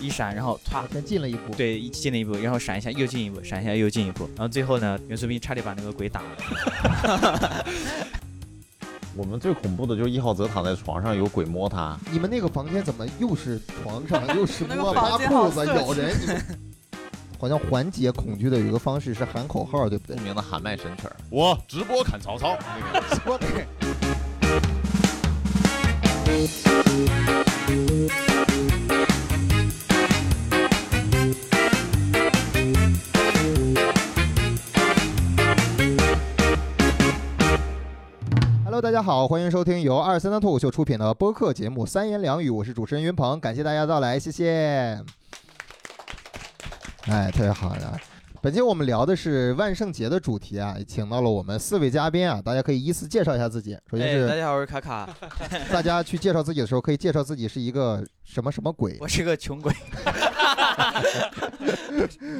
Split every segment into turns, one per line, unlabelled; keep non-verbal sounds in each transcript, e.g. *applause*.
一闪，然后唰，
先进了一步，
啊对，一进了一步，然后闪一下，又进一步，闪一下，又进一步，然后最后呢，袁素斌差点把那个鬼打了。
我们最恐怖的就是一号泽躺在床上，有鬼摸他。
你们那个房间怎么又是床上，
*laughs*
又是
那个
摸
房
扒
间
裤
好
子、
色
咬人？你
*laughs*
们好像缓解恐惧的有一个方式是喊口号，对不对
著？名的喊麦神曲儿，我直播砍曹操。那个
说的大家好，欢迎收听由二三三脱口秀出品的播客节目《三言两语》，我是主持人云鹏，感谢大家到来，谢谢。哎，特别好的。本期我们聊的是万圣节的主题啊，请到了我们四位嘉宾啊，大家可以依次介绍一下自己。首先
哎，大
是
家好，我是卡卡，
大家去介绍自己的时候，可以介绍自己是一个什么什么鬼。
*laughs* 我是个穷鬼，
*laughs*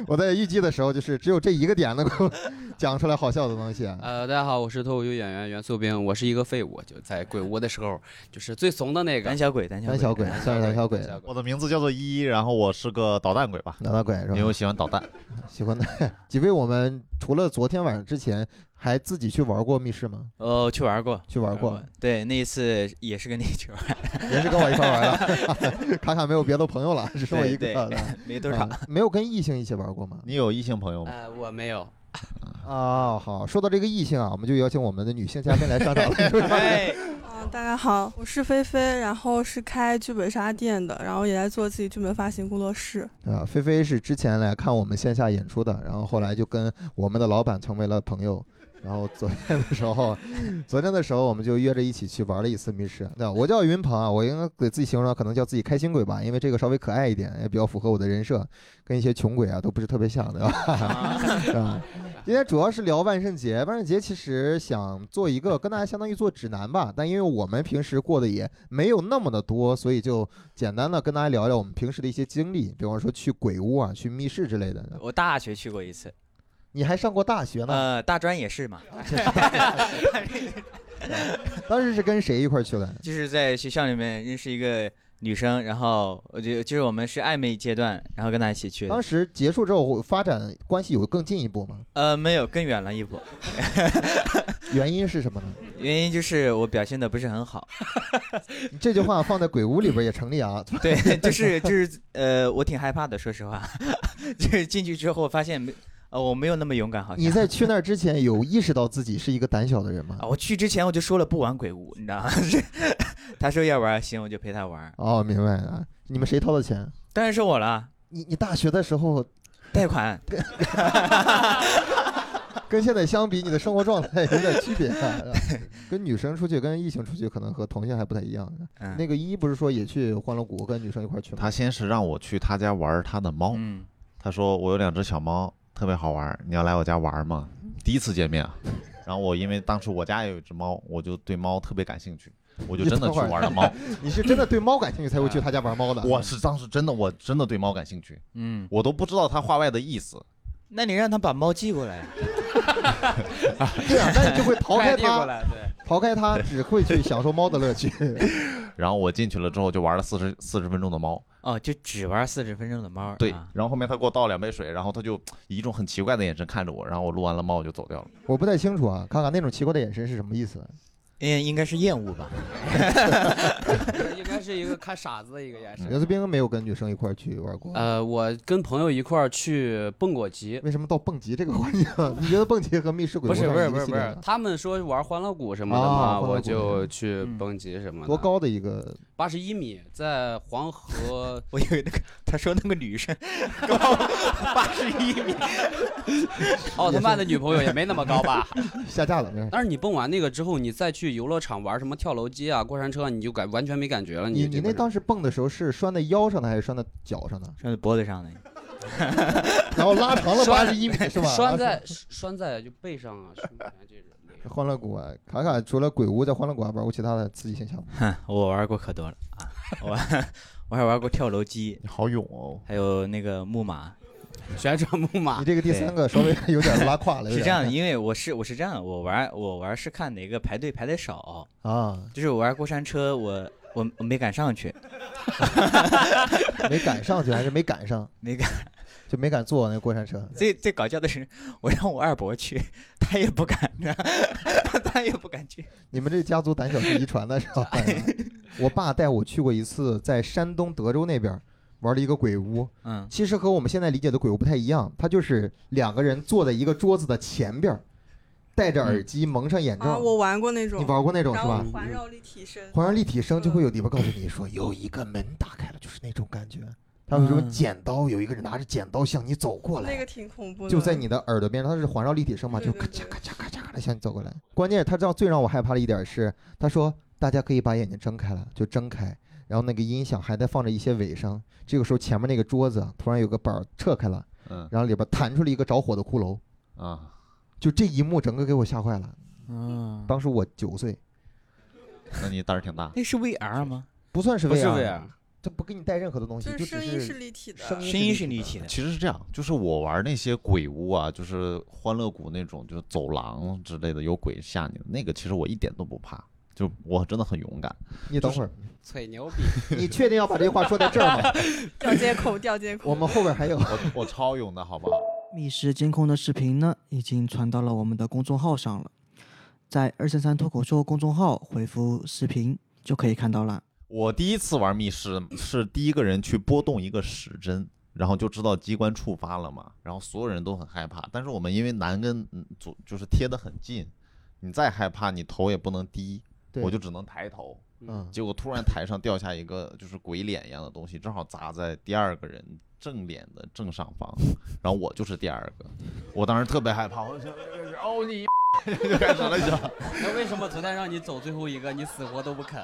我在预计的时候，就是只有这一个点能够 *laughs* 讲出来好笑的东西啊。
呃，大家好，我是脱口秀演员袁素冰，我是一个废物，就在鬼屋的时候，就是最怂的那个呃
胆。小鬼，胆小
胆小鬼，算是胆小鬼，
啊
我的名字叫做依依，然后我是个捣蛋鬼吧，
胆小鬼是
因为
吧？
我喜欢捣蛋。
喜欢的 *laughs* 几位，我们除了昨天晚上之前，还自己去玩过密室吗？
哦，去玩过，嗯
去玩过，，
对，那一次也是跟你一起玩，
也是跟我一块玩的。 *laughs* 卡卡没有别的朋友了，只剩我一个
对
了
对。没多少。
啊没有跟异性一起玩过吗？
*laughs* 你有异性朋友吗？
呃，我没有。
啊，好，说到这个异性啊，我们就邀请我们的女性嘉宾来上场了。
哎，
嗯，大家好，我是菲菲，然后是开剧本杀店的，然后也在做自己剧本发行工作室。
啊，菲菲是之前来看我们线下演出的，然后后来就跟我们的老板成为了朋友。然后昨天的时候， *laughs* 昨天的时候我们就约着一起去玩了一次密室。对，我叫云鹏啊，我应该给自己形容，可能叫自己开心鬼吧，因为这个稍微可爱一点，也比较符合我的人设，跟一些穷鬼啊都不是特别像，对吧？ *laughs* 是吧？今天主要是聊万圣节，万圣节其实想做一个跟大家相当于做指南吧，但因为我们平时过得也没有那么的多，所以就简单的跟大家聊聊我们平时的一些经历，比方说去鬼屋啊、去密室之类的。
我大学去过一次，
你还上过大学呢？
呃，大专也是嘛，
当时是跟谁一块儿去的？
就是在学校里面认识一个女生，然后我就就是我们是暧昧阶段，然后跟她一起去的
当。时结束之后发展关系有更进一步吗？
呃，没有，更远了一步，
原因是什么呢？
原因就是我表现的不是很好。
你这句话放在鬼屋里边也成立啊。 *laughs*
对， *laughs* 就是就是呃，我挺害怕的，说实话， *laughs* 就是进去之后发现没，呃，我没有那么勇敢，好像。
你在去那儿之前有意识到自己是一个胆小的人吗
哦
啊，？我去之前我就说了不玩鬼屋，你知道吗？ *laughs* 他说要玩，行，我就陪他玩。
哦，明白了。你们谁掏的钱？
当然是我了，
你你大学的时候
贷款。
跟现在相比，你的生活状态有点区别、啊。
*laughs*
是吧跟女生出去，跟异性出去，可能和同性还不太一样。
嗯
那个一不是说也去欢乐谷跟女生一块儿去吗？
他先是让我去他家玩他的
哦
猫，
嗯，
他说我有两只小猫，特别好玩，你要来我家玩吗？第一次见 *laughs* 面啊。然后我因为当初我家也有一只猫，我就对猫特别感兴趣，我就真的去玩了猫。
你是真的对猫感兴趣才会去他家玩
*laughs*
猫的？
*laughs* 我是当时真的，我真的对猫感兴趣，
嗯，
我都不知道他话外的意思。
那你让他把猫寄过来。
对啊，那你就会逃开
*laughs* 快递过
他，
来，对，
逃开他，只会去享受猫的
*laughs*
乐趣。
然后我进去了之后就玩了四十四十分钟的猫，
哦，就只玩四十分钟的猫。
对
啊，
然后后面他给我倒两杯水，然后他就以一种很奇怪的眼神看着我，然后我录完了猫我就走掉了。
我不太清楚啊，看看那种奇怪的眼神是什么意思？
嗯，应该是厌恶吧。
应该是一个看傻子的一个眼神。
袁思兵没有跟女生一块儿去玩过。
嗯呃，我跟朋友一块儿去蹦过极，
为什么到蹦极这个环节了？ *laughs* 你觉得蹦极和密室鬼
不
屋
是
算
不是
一
不
个
是
系
不
列
是
吗，？
他们说玩欢乐谷什么的
啊
嘛，
欢乐谷
我就去
嗯
蹦极什么的。
多？高的一个？
八十一米，在黄河
*laughs*
我以为那个他说那个女生
八十一米。奥特曼的女朋友也没那么高
*laughs*
吧？
下架了没事？
但是你蹦完那个之后，你再去游乐场玩什么跳楼机啊、过山车啊，你就感完全没感觉了。
你你
就基
那
本上
当时蹦的时候是拴在腰上的还是拴在脚上的？
*laughs*
穿在脖子上的。
然后拉长了八
拴
十一米是吧？啊
拴在拴在就背上啊，胸前这
*laughs*
种那个。
欢乐谷啊，卡卡除了鬼屋在欢乐谷还玩过其他的刺激性项目。
哼，我玩过可多了啊，我我还玩过跳楼机，
你好勇哦！
还有那个木马。
旋转木
*laughs*
马
你，这个第三个稍微有点拉胯了，有
*laughs*
是
点
这
*laughs*
样的，因为我是我是这样的，我玩我玩是看哪个排队排的少，
啊。
就是我玩过山车，我我我没敢上去，
没赶上去还是没赶上？
没敢。 *laughs*
就没敢坐那过山车。
最最搞笑的是，我让我二伯去，他也不敢，他也不敢去。
你们这家族胆小是遗传的，是
*laughs*
吧？ *laughs* 我爸带我去过一次，在山东德州那边儿玩了一个鬼屋，
嗯，
其实和我们现在理解的鬼屋不太一样，它就是两个人坐在一个桌子的前边儿，戴着耳机，蒙上眼罩。
啊，我玩过那种，
你玩过那种是
然后
吧？
环绕立体声，
环绕立体声就会有地方告诉你说有一个门打开了，就是那种感觉。他们说
嗯
剪刀，有一个人拿着剪刀向你走过来。
那个挺恐怖的，
就在你的耳朵边上，它是环绕立体声嘛，就
对
咔
对
嚓
对
咔嚓咔嚓的向你走过来。关键是他知道最让我害怕的一点是，他说大家可以把眼睛睁开了，就睁开，然后那个音响还在放着一些尾声。这个时候前面那个桌子啊突然有个板儿撤开了，
嗯
然后里边弹出了一个着火的骷髅，
啊，
就这一幕整个给我吓坏了。
嗯，。
当时我九岁，
那你胆儿挺大
那是 VR 吗？
不算是
不是啊
VR，
VR
这不给你带任何的东西，
就
就是只
声音是
是
立体的，
声
声音是立体的，
*laughs* 其实是这样，就是我玩那些鬼屋啊，就是欢乐谷那种，就是走廊之类的有鬼吓你的那个，其实我一点都不怕，就我真的很勇敢。
你等会儿，
吹牛逼， *laughs*
你确定要把这话说在这儿吗？ *laughs*
掉接口，掉接口。
我们后边还有。
我 *laughs* 我超勇的好不好？
密室监控的视频呢，已经传到了我们的公众号上了，在二三三脱口秀公众号回复“视频”就可以看到了。
我第一次玩密室是第一个人去拨动一个时针，然后就知道机关触发了嘛，然后所有人都很害怕。但是我们因为难跟嗯组就是贴得很近，你再害怕你头也不能低，
对
我就只能抬头。
嗯，
结果突然台上掉下一个就是鬼脸一样的东西，正好砸在第二个人正脸的正上方，然后我就是第二个，我当时特别害怕，我就想哦你 *laughs* 就开始了，你知道吗
那为什么昨天让你走最后一个，你死活都不肯？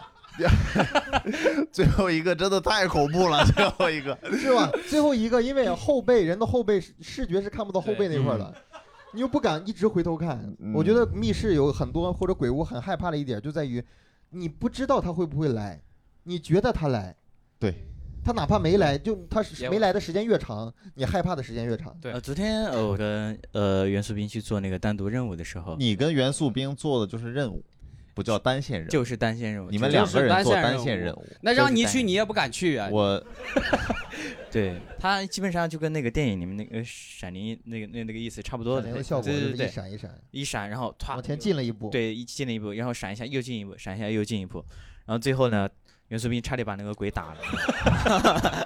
最后一个真的太恐怖了，最后一个
是吧？最后一个，因为后背人的后背是视觉是看不到后背那块儿的，你又不敢一直回头看。
嗯
我觉得密室有很多或者鬼屋很害怕的一点就在于，你不知道他会不会来，你觉得他来，
对
他哪怕没来，就他是
也
没来的时间越长，你害怕的时间越长。
对
呃，昨天呃我跟呃袁素斌去做那个单独任务的时候，
你跟元素兵做的就是任务，不叫单线任务，
就是单线任务，
你们
就
两
是
个人做
就是
单
单线
线
任
任务。
那让你去你也不敢去啊！
我
对他基本上就跟那个电影里面那个闪灵那个那那个意思差不多
闪
的
灵的效果就
对
是
对对
一
对，
闪一闪，
一闪然后歘
往前进了一步。
对，一进了一步，然后闪一下又进一步，闪一下又进一步，然后最后呢，袁素斌差点把那个鬼打了。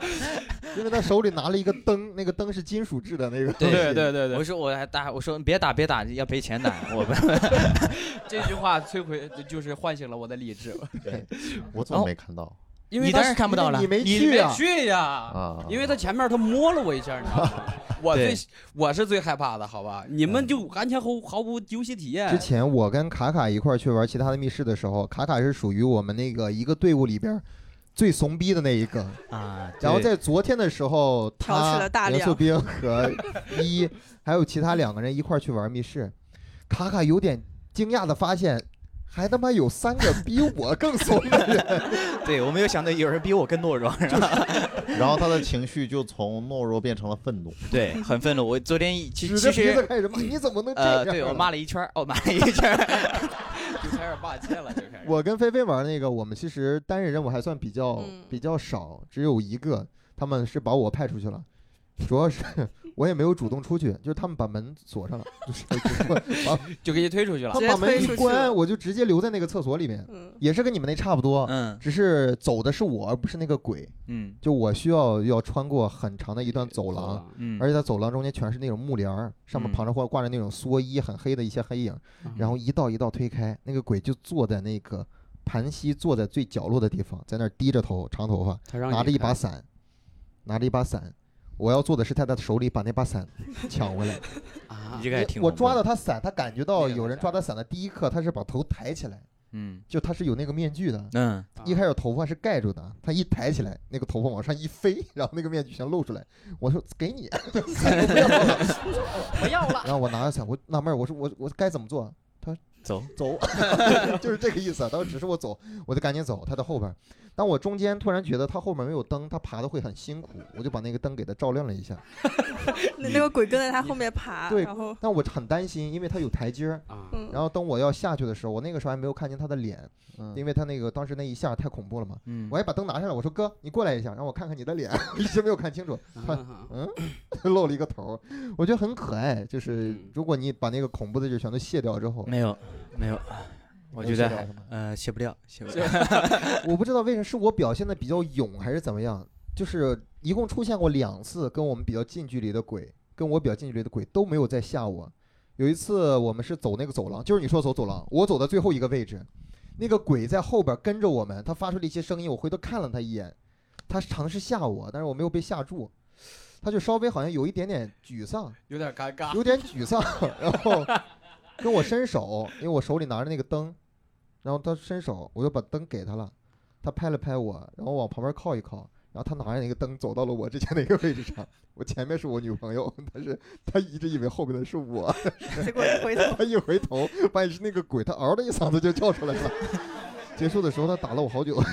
因为他手里拿了一个灯，那个灯是金属制的那个。
对
*laughs*
对对对
我
对，
说我还打，我说别打别打，要赔钱 *laughs* 的。我不，
这句话摧毁就是唤醒了我的理 *laughs* 智，
我怎么没看到
因
你
为
当
他
然看不到了
你。没
你
去啊
没？去呀，
啊？
哦因为他前面他摸了我一下，你知道
*laughs*
吗？我
对
最我是最害怕的，好吧？你
嗯
们就完全毫毫无游戏体验
哎
之。前我跟卡卡一块儿去玩其他的密室的时候，卡卡是属于我们那个一个队伍里边儿最怂逼的那一个。
啊，
然后
对
在昨天的时候，
挑起了
他
大
袁
梁
素兵和一还有其他两个人一块儿去玩密室，卡卡有点惊讶的发现，还他妈有三个比我更怂的人。
对我没有想到有人比我更懦 *laughs* 弱，然后
然后他的情绪就从懦弱变成了
*laughs*
愤怒。
对，很愤怒。我昨天一 *laughs* 其
指
其
着鼻子
实
开始骂，你怎么能这样
呃，
啊？
对我骂了一圈儿，哦，骂了一圈儿。
就开始霸气了，就开始。
我跟菲菲玩那个，我们其实单人任务还算比较、
嗯
比较少，只有一个，他们是把我派出去了，主要是我也没有主动出去，就是他们把门锁上了，就是就是把
就给你推出去了
他。
直
们
接
把门
推
一
出去
关，
了
我就直接留在那个厕所里面，
嗯，
也是跟你们那差不多，
嗯
只是走的是我，而不是那个鬼，
嗯
就我需要要穿过很长的一段走廊，
嗯，
而且它走廊中间全是那种木帘儿，上面
嗯
旁着或挂着那种蓑衣，很黑的一些黑影，然
嗯
后一道一道推开，那个鬼就坐在那个盘膝坐在最角落的地方，在那儿低着头，长头发，
他让你
拿着一把
看，
伞，拿着一把伞。我要做的是在他的手里把那把伞抢回来。
啊
你 *laughs* 这个还挺
我
恐怖
抓
哎的
到他伞，他感觉到
那个
有
太
人
吓
抓他伞的第一刻，他是把头抬起来，
嗯
就他是有那个面具的。
嗯
啊
一开始头发是盖住的，他一抬起来，那个头发往上一飞， *laughs* 然后那个面具全露出来。我说给你，伞不要了。
不要了。
然后我拿着伞，我纳闷儿，我说我我该怎么做？
走 *laughs*
走，就是这个意思啊。当时只是我走，我就赶紧走，他在后边儿。但我中间突然觉得它后面没有灯，它爬的会很辛苦，我就把那个灯给它照亮了一下。
那那个鬼跟在他后面爬，
对
然后
但我很担心，因为它有台阶儿。
啊，
嗯，
然后等我要下去的时候，我那个时候还没有看见他的脸，
嗯
因为他那个当时那一下太恐怖了嘛。
嗯
我还把灯拿下来，我说哥，你过来一下，让我看看你的脸，一直没有看清楚， *laughs* 他
啊
露了一个头儿，我觉得很可爱。就是
嗯
如果你把那个恐怖的就全都卸掉之后，
没有没有，我觉
卸
得
掉
还
是吗
呃卸不掉， *laughs* 卸不掉。
我不知道为什么是我表现的比较勇还是怎么样，就是一共出现过两次跟我们比较近距离的鬼，跟我比较近距离的鬼都没有在吓我。有一次我们是走那个走廊，就是你说走走廊，我走的最后一个位置，那个鬼在后边跟着我们，他发出了一些声音，我回头看了他一眼，他尝试吓我，但是我没有被吓住，他就稍微好像有一点点沮丧，
*laughs* 有点尴尬。
有点沮丧，然后跟我伸手，因为我手里拿着那个灯，然后他伸手，我就把灯给他了，他拍了拍我，然后往旁边靠一靠，然后他拿着那个灯走到了我之前的一个位置上，我前面是我女朋友，但是他一直以为后面的是我，
结果
*laughs*
一回头，
他一回头发现是那个鬼，他嗷的一嗓子就叫出来了。结束的时候，他打了我好久。我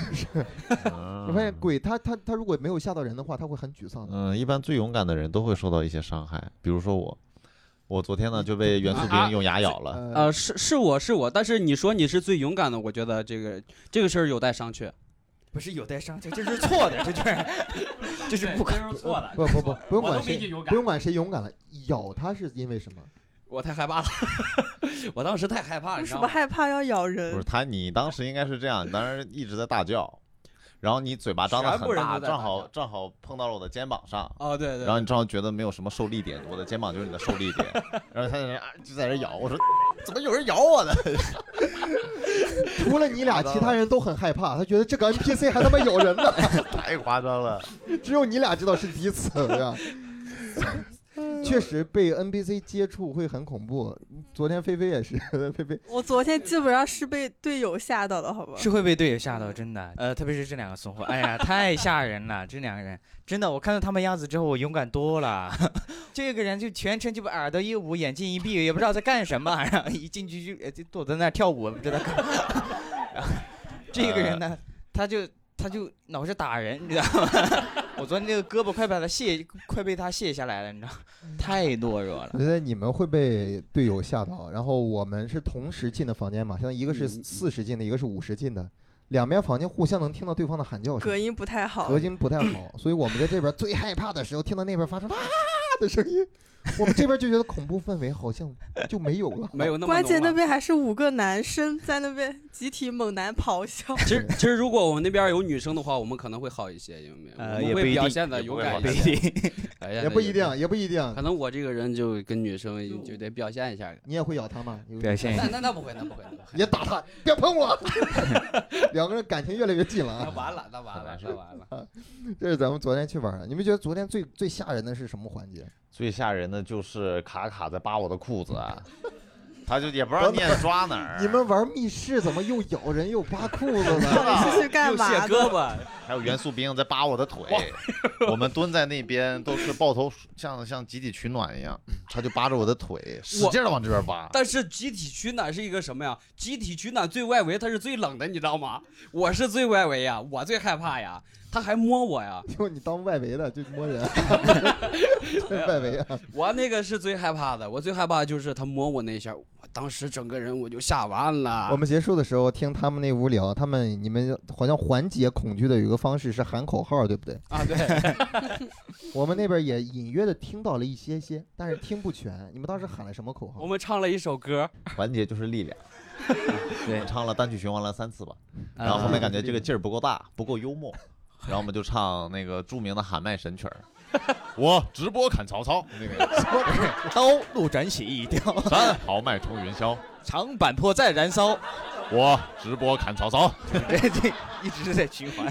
我
发现鬼他他他如果没有吓到人的话，他会很沮丧的。
嗯，一般最勇敢的人都会受到一些伤害，比如说我，我昨天呢就被袁素
啊
萍用牙咬了。
呃，
呃，是是我是我，但是你说你是最勇敢的，我觉得这个这个事儿有待商榷。
不是有待商榷，这是错的，这就是 *laughs* 这是不可。
是错的
不不不，不用管谁，
勇
不用管谁勇敢了，咬他是因为什么？
我太害怕了， *laughs* 我当时太害怕了，
为
你知
什
道
么
吗？
害怕要咬
不是
人？
他，你当时应该是这样，你当时一直在大叫，然后你嘴巴张得
全部
很
人
大，
都在
正
大
好
叫
正好碰到了我的肩膀上，
哦，对对
然后你正好觉得没有什么受力点，我的肩膀就是你的
*laughs*
受力点，然后他在那啊就在那咬，我说怎么有啊人咬我呢？
除了你俩，其他人都很害怕，他觉得这个 NPC 还他妈咬人呢， *laughs*
太夸张了，
只有你俩知道是第一次，对吧？ *laughs* 确实被 NPC 接触会很恐怖。昨天菲菲也是， *laughs* 菲菲
我昨天基本上是被队友吓到的，好吧？
是会被队友吓到，真的。呃，特别是这两个 *laughs* 怂货，哎呀，太吓人了！这两个人真的，我看到他们样子之后，我勇敢多了。 *laughs* 这个人就全程就把耳朵一捂，眼睛一闭，也不知道在干什么， *laughs* 然后一进去就呃就躲在那儿跳舞，不知道干嘛。 *laughs* 然后这个人呢，他就他就老是打人，你知道吗？ *laughs* 我昨天那个胳膊快把他卸，快被他卸下来了，你知道吗，太懦弱了
我。觉得你们会被队友吓到，然后我们是同时进的房间嘛，现在一个是
嗯嗯嗯
四十进的，一个是五十进的，两边房间互相能听到对方的喊叫
隔
声，
音不太好
隔，音不太
*laughs*
好，所以我们在这边最害怕的时候，听到那边发出啊的声音，我们这边就觉得恐怖氛围好像就没有了。
没有那么
关键
浓
那
了
边还是五个男生在那边集体猛男
*laughs*
咆哮，
其实其实如果我们那边有女生的话，我们可能会好一些，因为我
呃
们
也不
会
一
表
定
现的
也
勇
不会
敢
好
一
一
些， *laughs* 哎
也不一定，也啊不一
啊可
定。
能我这个人就跟女生就就得表现一下。
你也会咬他吗？有
表现一下
那那那不会，那不会，那不会
*laughs* 也打他，别碰
*laughs*
我。两个人感情越来越近了
那
啊！
完了，那完了，那完了。
这是咱们昨天去玩的。你们觉得昨天最最吓人的是什么环节？
最吓人的就是卡卡在扒我的裤
*laughs*
子啊，他就也不知道念抓哪
啊
儿，啊
你们玩密室怎么又咬人又扒裤子
*laughs*
到
呢？
底是去干嘛的？
膊，
还有袁素冰在扒我的腿， *laughs* 我们蹲在那边都是抱头像像集体取暖一样，他就扒着我的腿，使劲的往这边扒。
但是集体取暖是一个什么呀？集体取暖最外围，它是最冷的，你知道吗？我是最外围呀，我最害怕呀，他还摸我呀，
就你当外围的就摸
*laughs*
人，外围啊！
我那个是最害怕的，我最害怕就是他摸我那一下，我当时整个人我就吓完了。
我们结束的时候听他们那屋聊，他们你们好像缓解恐惧的有一个方式是喊口号，对不对？
啊，对，
我们那边也隐约的听到了一些些，但是听不全。你们当时喊了什么口号
我？们唱了一首歌，
环节就是
*laughs*
力量，我
对
们， *laughs* 唱了单曲循环了三次吧，
啊
然后后面感觉这个劲儿不够大，不够幽默，然后我们就唱那个著名的喊麦神曲
*laughs*
儿，我直播砍曹操那个
刀路斩起一雕，
山豪迈冲云霄，
长坂坡在燃烧。 *laughs*
我直播砍曹操，
对对，一直在循环。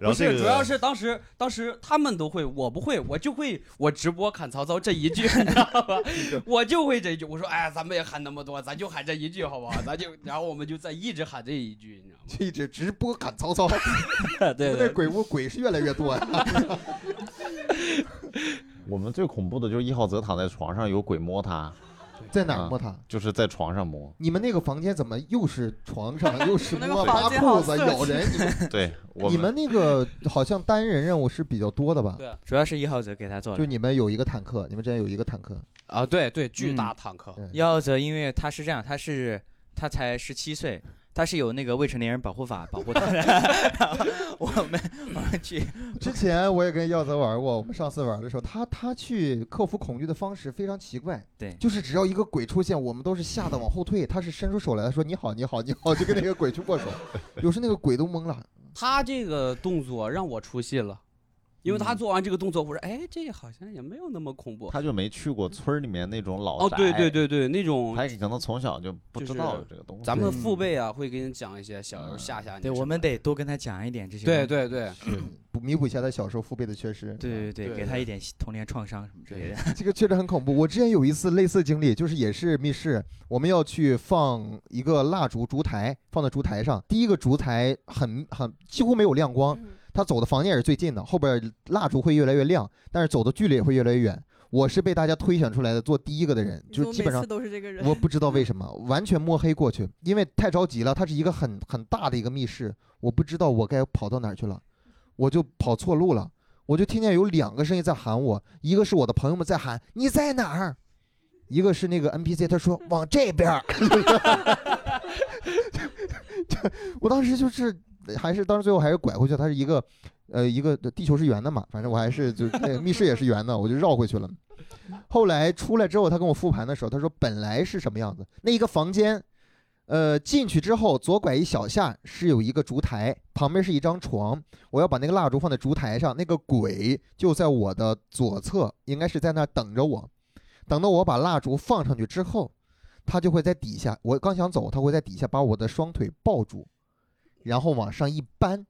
然后这
不是，
个
主要是当时当时他们都会，我不会，我就会我直播喊曹操这一句， *laughs* 你知道吧？我就会这一句。我说，哎，咱们也喊那么多，咱就喊这一句，好不好？咱就，然后我们就在一直喊这一句，你知道
一直直播赶曹
*laughs*
操，
吗？对
那 *laughs* 鬼屋鬼是越来越多啊呀。
我们最恐怖的就是一号泽躺在床上有鬼摸他，
在哪
啊
儿摸它？
就是在床上
*laughs*
摸。
你们那个房间怎么又是床上
*laughs*
又是
我那个
摸
房
扒
间
裤
好
子
色
咬人？你
*laughs*
们
对，我
你们那个好像单人任务是比较多的吧？
对
主要是一号则给他做
就
的。
你们有一个坦克，你们之前有一个坦克，
啊，对对，巨大坦
哦
克，
嗯
一号则因为他是这样，他是他才十七岁，他是有那个未成年人保护法保护
*laughs*
他的。然后我们我们去
之前我也跟耀泽玩过，我们上次玩的时候，他他去克服恐惧的方式非常奇怪，
对
就是只要一个鬼出现，我们都是吓得往后退，他是伸出手来说你好你好你好，就跟那个鬼去握
*laughs*
手，有时那个鬼都懵了，
他这个动作让我出戏了。因为他做完这个动作，我说，哎，这好像也没有那么恐怖。
嗯他就没去过村儿里面那种老
哦，
宅，
对对，对对，那种
他可能从小就不知道有这个东西。
咱们
对
父辈啊，会给你讲一些小时候
嗯
吓吓你。
对，我们。得多跟他讲一点这些东
对
西。
对对，
补弥补一下他小时候父辈的缺失。
对对对，
对
给他一点童年创伤什么之类的。
这个确实很恐怖。我之前有一次类似经历，就是也是密室，我们要去放一个蜡烛烛台，放在烛台上。第一个烛台很很几乎没有亮光，
嗯
他走的房间也是最近的，后边蜡烛会越来越亮，但是走的距离也会越来越远。我是被大家推选出来的做第一个的人，
你
就是
说
基
每
本上
次都是这个人，
我不知道为什么，完全摸黑过去，因为太着急了。它是一个很很大的一个密室，我不知道我该跑到哪儿去了，我就跑错路了。我就听见有两个声音在喊我，一个是我的朋友们在喊你在哪儿，一个是那个 NPC 他说往这边儿。 *laughs* 我当时就是还是当时最后还是拐回去，它是一个呃一个地球是圆的嘛，反正我还是就那个密室也是圆的，我就绕回去了。后来出来之后，他跟我复盘的时候，他说本来是什么样子，那一个房间，呃，进去之后左拐一小下是有一个烛台，旁边是一张床，我要把那个蜡烛放在烛台上，那个鬼就在我的左侧，应该是在那儿等着我，等到我把蜡烛放上去之后，他就会在底下，我刚想走，他会在底下把我的双腿抱住，然后往上一搬，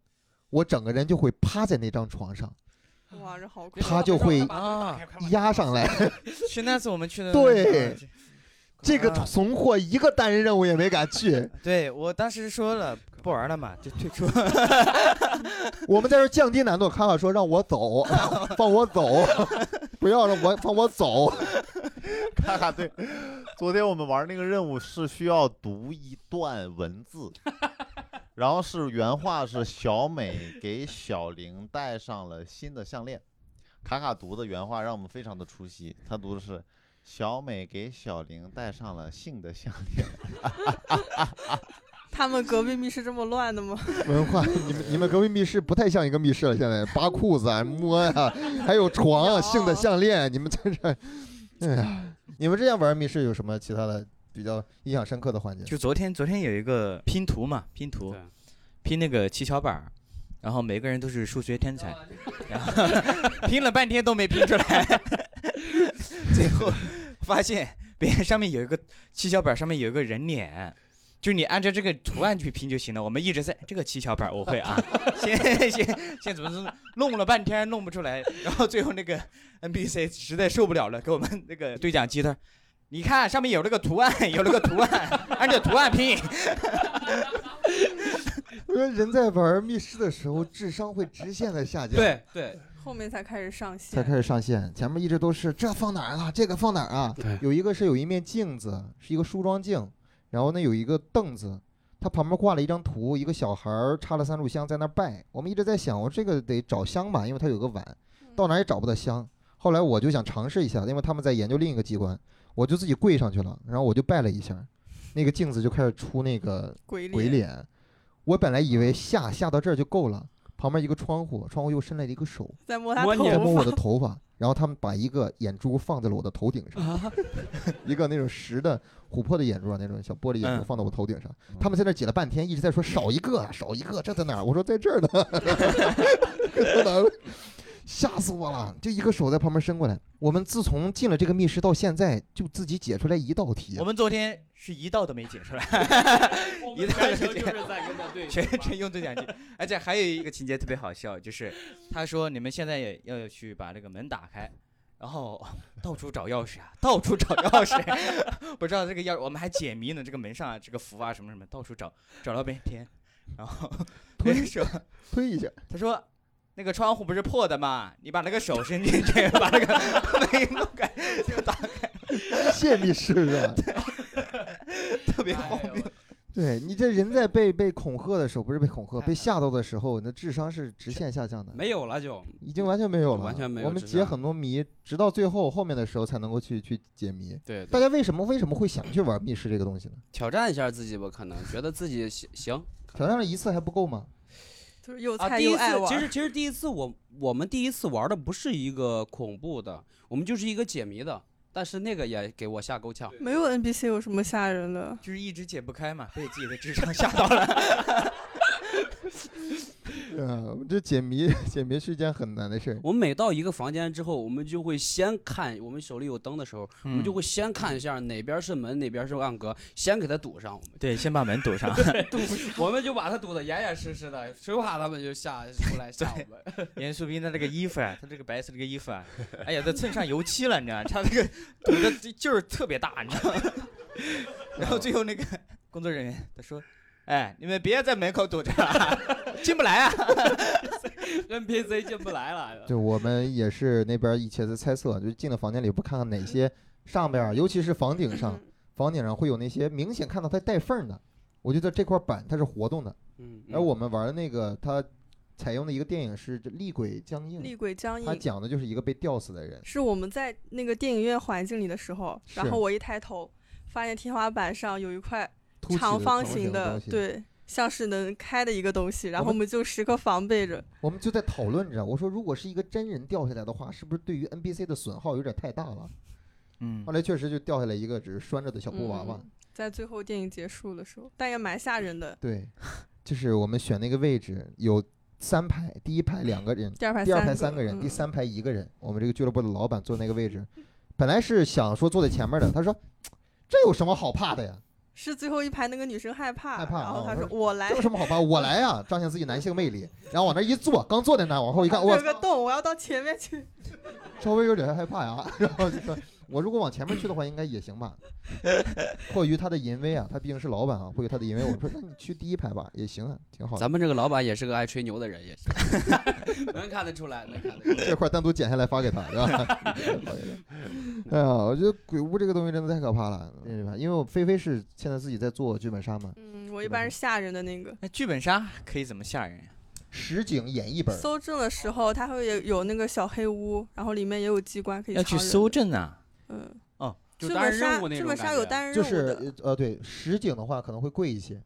我整个人就会趴在那张床上，
哇，这好恐怖
他就会
*laughs* 啊，
压上来。
是那次我们去的。啊
对这个
啊
怂货一个单人任务也没敢 *laughs* 去，
对我当时说了不玩了嘛，就退出。
我们在这儿降低难度。卡卡说让我走， *laughs* 放我 *laughs* 走，不要让我放我走。
*laughs* 哈哈，对，昨天我们玩那个任务是需要读一段文字，然后是原话是小美给小玲戴上了新的项链，卡卡读的原话让我们非常的出戏，他读的是。小美给小玲戴上了性的项链，
他们隔壁密室这么乱的吗？
*laughs* 文化， *laughs* 你们你们隔壁密室不太像一个密室了，现在扒裤子啊、摸呀、还有床啊、
有
性 *laughs* 的项链，你们在这 *laughs* 儿，哎呀，你们之前玩密室有什么其他的比较印象深刻的环节？
就昨天，昨天有一个拼图嘛，拼图
对，
拼那个七巧板儿，然后每个人都是数学天才，然后 *laughs* 拼了半天都没拼出来，最后发现别人上面有一个七巧板儿，上面有一个人脸。就是你按照这个图案去拼就行了。我们一直在这个七巧板儿我会啊，先先先怎么怎么弄了半天弄不出来，然后最后那个 NPC 实在受不了了，给我们那个对讲机他说你看上面有那个图案，有那个图案，按照图案拼。
我说人在玩密室的时候，智商会直线的下降。。
对
*laughs*
对，
后面才开始上
才
线，
开始上线，前面一直都是这放哪儿了，这个放哪儿啊
对？
有一个是有一面镜子，是一个梳妆镜，然后呢有一个凳子，它旁边挂了一张图，一个小孩儿插了三炷香在那儿拜。我们一直在想，我这个得找香吧，因为它有个碗，到哪儿也找不到香。后来我就想尝试一下，因为他们在研究另一个机关，我就自己跪上去了，然后我就拜了一下，那个镜子就开始出那个
鬼脸，
鬼脸。我本来以为下下到这儿就够了，旁边一个窗户，窗户又伸来了一个手，
在摸他
摸
*laughs*
头
你
在摸
发，
我的头发，然后他们把一个眼珠放在了我的头顶
*laughs*
上，
啊
一个那种石的琥珀的眼珠啊，那种小玻璃眼珠
嗯
放到我头顶上。他们在那儿挤了半天，一直在说少一
*laughs*
个，啊少一个，这在哪儿？我说在这儿呢， *laughs* 在哪儿 *laughs* 吓死我了！就一个手在旁边伸过来。我们自从进了这个密室到现在，就自己解出来一道题啊
我。们昨天是一道都没解出来，一道
全
都没
程就
解
是在跟他
*laughs*
对
全程用对讲机。而且还有一个情节特别好笑，就是他说你们现在也要去把这个门打开。然后到处找钥匙啊，到处找钥匙， *laughs* 不知道这个钥匙，我们还解谜呢。这个门上啊，这个符啊，什么什么，到处找，找了半天。然 *laughs* 后
推
推手
推一下，
他说：“那个窗户 *laughs* 不是破的吗？你把那个手伸进去，把那个门弄开，就打开。”
谢密室是
*laughs*
吧？
特别荒谬。
对你这人在被被恐吓的时候，不是被恐吓，
哎
被吓到的时候，你的智商是直线下降的，
*laughs* 没有了就
已经完全没有了，
完全没有
我们
智
解
商
很多谜，直到最后后面的时候才能够去去解谜。
对
大家为什么为什么会想去玩密室这个东西呢？
挑战一下自己吧，可能觉得自己行行
挑战了一次还不够吗？
就是又
啊。
菜
第一
又
次
爱玩。
其实其实第一次我我们第一次玩的不是一个恐怖的，我们就是一个解谜的，但是那个也给我吓够呛。
没有 NPC 有什么吓人的？
就是一直解不开嘛，被自己的智商吓到了。
呃，这解谜 *laughs* 解谜是一件很难的事儿。
我们每到一个房间之后，我们就会先看，我们手里有灯的时候，我
*laughs* *laughs* 嗯
们就会先看一下哪边是门，哪边是暗格，先给它堵上。
对，先把门堵上，
我们就把它堵得严严实实的，生怕他们就下出来吓我们。
*laughs* 严素斌的这个衣服啊，他这个白色这个衣服啊， *laughs* 哎呀，都蹭上油漆了，你知道吗？他这个 *laughs* 堵的劲儿特别大，你知道吗？ *laughs* 然后最后那个工作人员他说：“哎，你们别在门口堵着了， *laughs* 进不来啊。
NPC 进不来了。
就我们也是那边以前在猜测，就是进了房间里不看看哪些上边儿，尤其是房顶
嗯
上， *laughs* 房顶上会有那些明显看到它带缝儿的。我觉得这块板它是活动的，
嗯，
哎
而我们玩的那个它采用的一个电影是这《厉鬼僵硬》，
嗯厉鬼僵
它
硬
讲的就是一个被吊死的人。
是我们在那个电影院环境里的时候，
是
然后我一抬头，发现天花板上有一块
凸起的
长方形
的
的
东，西，
对，像是能开的一个东西，然后
我
我
们
们就时刻防备着。
我们就在讨论着。我说，如果是一个真人掉下来的话，是不是对于 NPC 的损耗有点太大了？”
嗯
后，来确实就掉下来一个只是拴着的小布娃娃。
嗯在最后电影结束的时候，但也蛮吓人的。
对，就是我们选那个位置有三排，第一排两个人，
第二排
第二排
三
三个人，第
嗯
三排一个人。我们这个俱乐部的老板坐那个位置，本来是想说坐在前面的，他说这有什么好怕的呀？
是最后一排那个女生害怕，
害怕
然后
啊我
她说
说
我来
这有，什么好怕？我来呀、彰显自己男性魅力。然后往那一坐，刚坐在那儿，往后一看，
*laughs* 这
我
有个洞，我要到前面去。
稍微有点害怕呀。 *laughs* 然后就说，我如果往前面去的话，应该也行
*laughs*
吧。迫于他的淫威啊，他毕竟是老板啊，迫于他的淫威，我说那你去第一排吧，也行啊，挺好的。
嗯咱们这个老板也是个爱吹牛的人，也是， *laughs* 能看得出来，能看得出来。
这块单独剪下来发给他，是吧？ *laughs* 哎呀，我觉得鬼屋这个东西真的太可怕了，对吧？因为我菲菲是现在自己在做剧本杀嘛，
嗯，我一般是吓人的那个。
那剧本杀可以怎么吓人呀？
实景演绎本儿，
搜证的时候，它会有有那个小黑屋，然后里面也有机关可以
要
藏
去
人
搜
的
证啊？
嗯，
哦就
剧
单
本
人任
杀
务那
剧
种
本
感
杀有
觉。啊
单人
就
任务的，
是呃对，实景的话可能会贵一
*laughs*
些，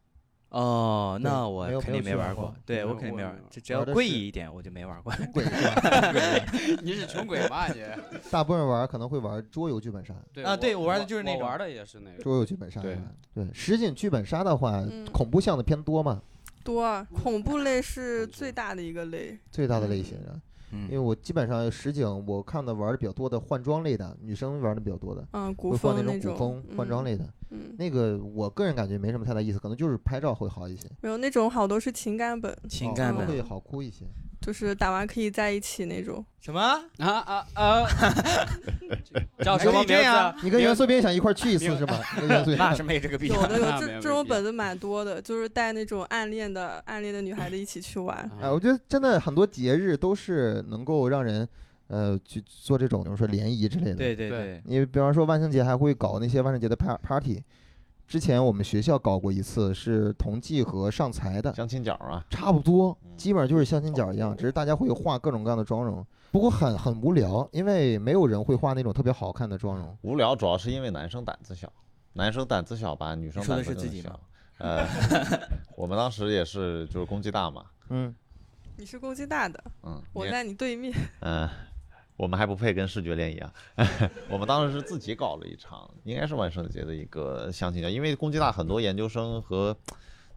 哦，
对
那
没有
我肯定
没有去
玩
玩
过
过，
对
没
我
有
肯定没
过
玩
没有，
这只要
玩的
贵
是
一点我就没玩过。
贵是吧？
*laughs*
你是穷鬼吧你？
大部分玩儿可能会玩桌游剧本杀，
对
啊对我玩的就是那
我
种
玩的也是那个。
桌游剧本杀
对
吧对，实景剧本杀的话
嗯，
恐怖向的偏多嘛，
多啊恐怖类是最大的一个类。
最大的类型啊。因为
嗯，
我基本上实景我看的玩的比较多的换装类的，女生玩的比较多的，
嗯，古
会换那
风
种古风换装，类的。
嗯，嗯
那个我个人感觉没什么太大意思，可能就是拍照会好一些，
没有那种好多是情感本，
情
哦
感
可能
本
会好哭一些。
啊就是打完可以在一起那种。
什么？
啊啊啊！ *laughs* 叫什么
还可以哎这
名
样
字？啊
你跟元素斌想一块儿去一次
*laughs*
是吧？跟元素斌
那是没这个必
有
要。
的有
那没
这
有
这种
必要
本子蛮多的，就是带那种暗恋的暗恋的女孩子一起去
*laughs*
玩。
啊
哎，我觉得真的很多节日都是能够让人，呃，去做这种，比如说联谊之类的。
对对
对
对，
你比方说万圣节还会搞那些万圣节的 par party，之前我们学校搞过一次，是同济和上财的，
相亲角啊，
差不多，
嗯
基本上就是相亲角一样，只是大家会画各种各样的妆容，不过很很无聊，因为没有人会画那种特别好看的妆容。
无聊主要是因为男生胆子小，男生胆子小吧，女生
你说的
胆子
是
更
自己
小
吗。
呃， *laughs* 我们当时也是就是攻击大嘛，
嗯，
你是攻击大的，
嗯，
我
你
在你对面。
嗯，我们还不配跟视觉联谊啊！ *laughs* 我们当时是自己搞了一场，应该是万圣节的一个相亲角，因为公鸡大很多研究生和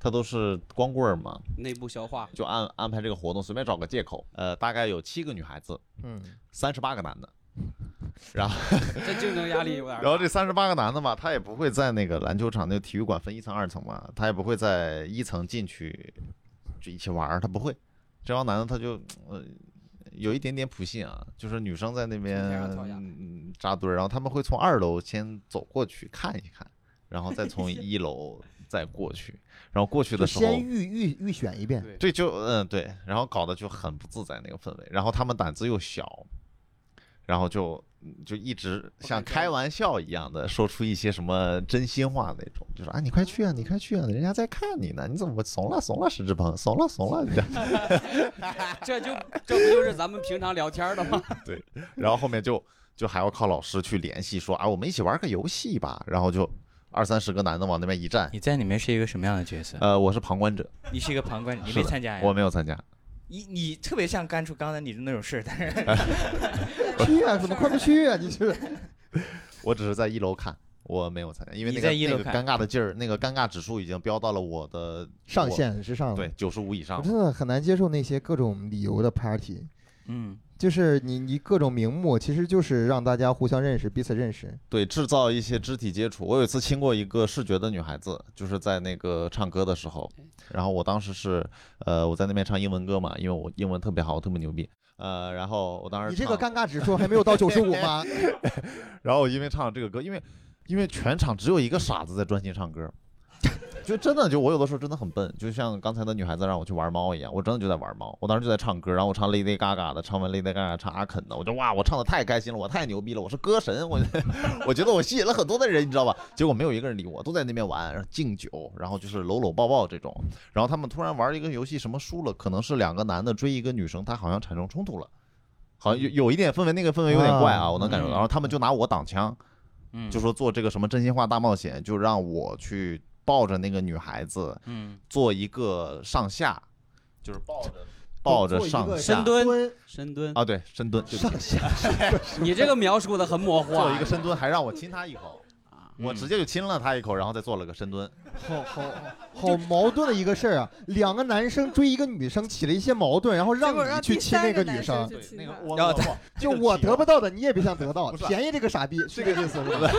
他都是光棍儿嘛，
内部消化。
就按安排这个活动，随便找个借口。呃，大概有七个女孩子，
嗯，
三十八个男的。
这竞争压力有点儿大。
然后这三十八个男的吧，他也不会在那个篮球场那个体育馆分一层二层嘛，他也不会在一层进去就一起玩儿，他不会。这帮男的他就呃有一点点普信啊，就是女生在那边
从天上跳下
嗯嗯扎堆儿，然后他们会从二楼先走过去看一看，然后再从
*laughs*
一楼再过去，然后过去
就
的时候
先预预预选一遍。
对
对，就嗯对，然后搞得就很不自在那个氛围，然后他们胆子又小，然后就嗯就一直像开玩笑一样的说出一些什么真心话那种，就说啊，你快去啊，你快去啊，人家在看你呢，你怎么怂了怂了，石志鹏，怂了怂了，你这样
*laughs* 这就这不就是咱们平常聊天的吗？
*laughs* 然后后面就就还要靠老师去联系说啊，我们一起玩个游戏吧，然后就二三十个男的往那边一站，
你在里面是一个什么样的角色？
呃，我是旁观者，
你是一个旁观者，你
是
没
的
参加哎呀？
我没有参加，
你你特别像干出刚才你的那种事儿，但是
去啊，怎么快不去啊？你
*laughs*
是
我只是在一楼看。我没有参加，因为
你
那个
在一
那
楼
个
看
尴尬的劲儿，那个尴尬指数已经飙到了我的
上
我
线之上了
对，九十五以
嗯
上
我
了。
真的很难接受那些各种理由的 party，
嗯，
就是你你各种名目，其实就是让大家互相认识，彼此认识。
对，制造一些肢体接触。我有一次亲过一个视觉的女孩子，就是在那个唱歌的时候，然后我当时是，呃，我在那边唱英文歌嘛，因为我英文特别好，我特别牛逼，呃，然后我当时
你这个
唱，
尴尬指数还没有到九十五吗？
然后我因为唱了这个歌，因为因为全场只有一个傻子在专心唱歌， *laughs* 就真的就我有的时候真的很笨，就像刚才的女孩子让我去玩猫一样，我真的就在玩猫，我当时就在唱歌，然后我唱 Lady Gaga 的，唱完 Lady Gaga 唱阿肯的，我就哇，我唱的太开心了，我太牛逼了，我是歌神，我我觉得我吸引了很多的人，你知道吧？结果没有一个人理我，都在那边玩，然后敬酒，然后就是搂搂抱抱这种，然后他们突然玩一个游戏，什么输了，可能是两个男的追一个女生，他好像产生冲突了。好像有有一点氛围，那个氛围有点怪啊，
啊
我能感受到。
嗯
然后他们就拿我挡枪， *laughs* 就说做这个什么真心话大冒险，就让我去抱着那个女孩子
嗯，
*laughs* 做一个上下，就是抱着抱着上下
深蹲，深蹲，
啊，对，深蹲，对不起
你这个描述的很模糊
做
啊
一个。深蹲，还让我亲她一口，我直接就亲了她一口，然后再做了个深蹲。
好好好矛盾的一个事儿啊！两个男生追一个女生起了一些矛盾，然后
结果
让你
让
去
第
亲那个
三个
女
男
生
生，去
那
亲
个
她。
我
然后
我
就
这个
我
题啊
得不到的你也别想得到，
不是
便宜这个傻逼，是这个意思是吧？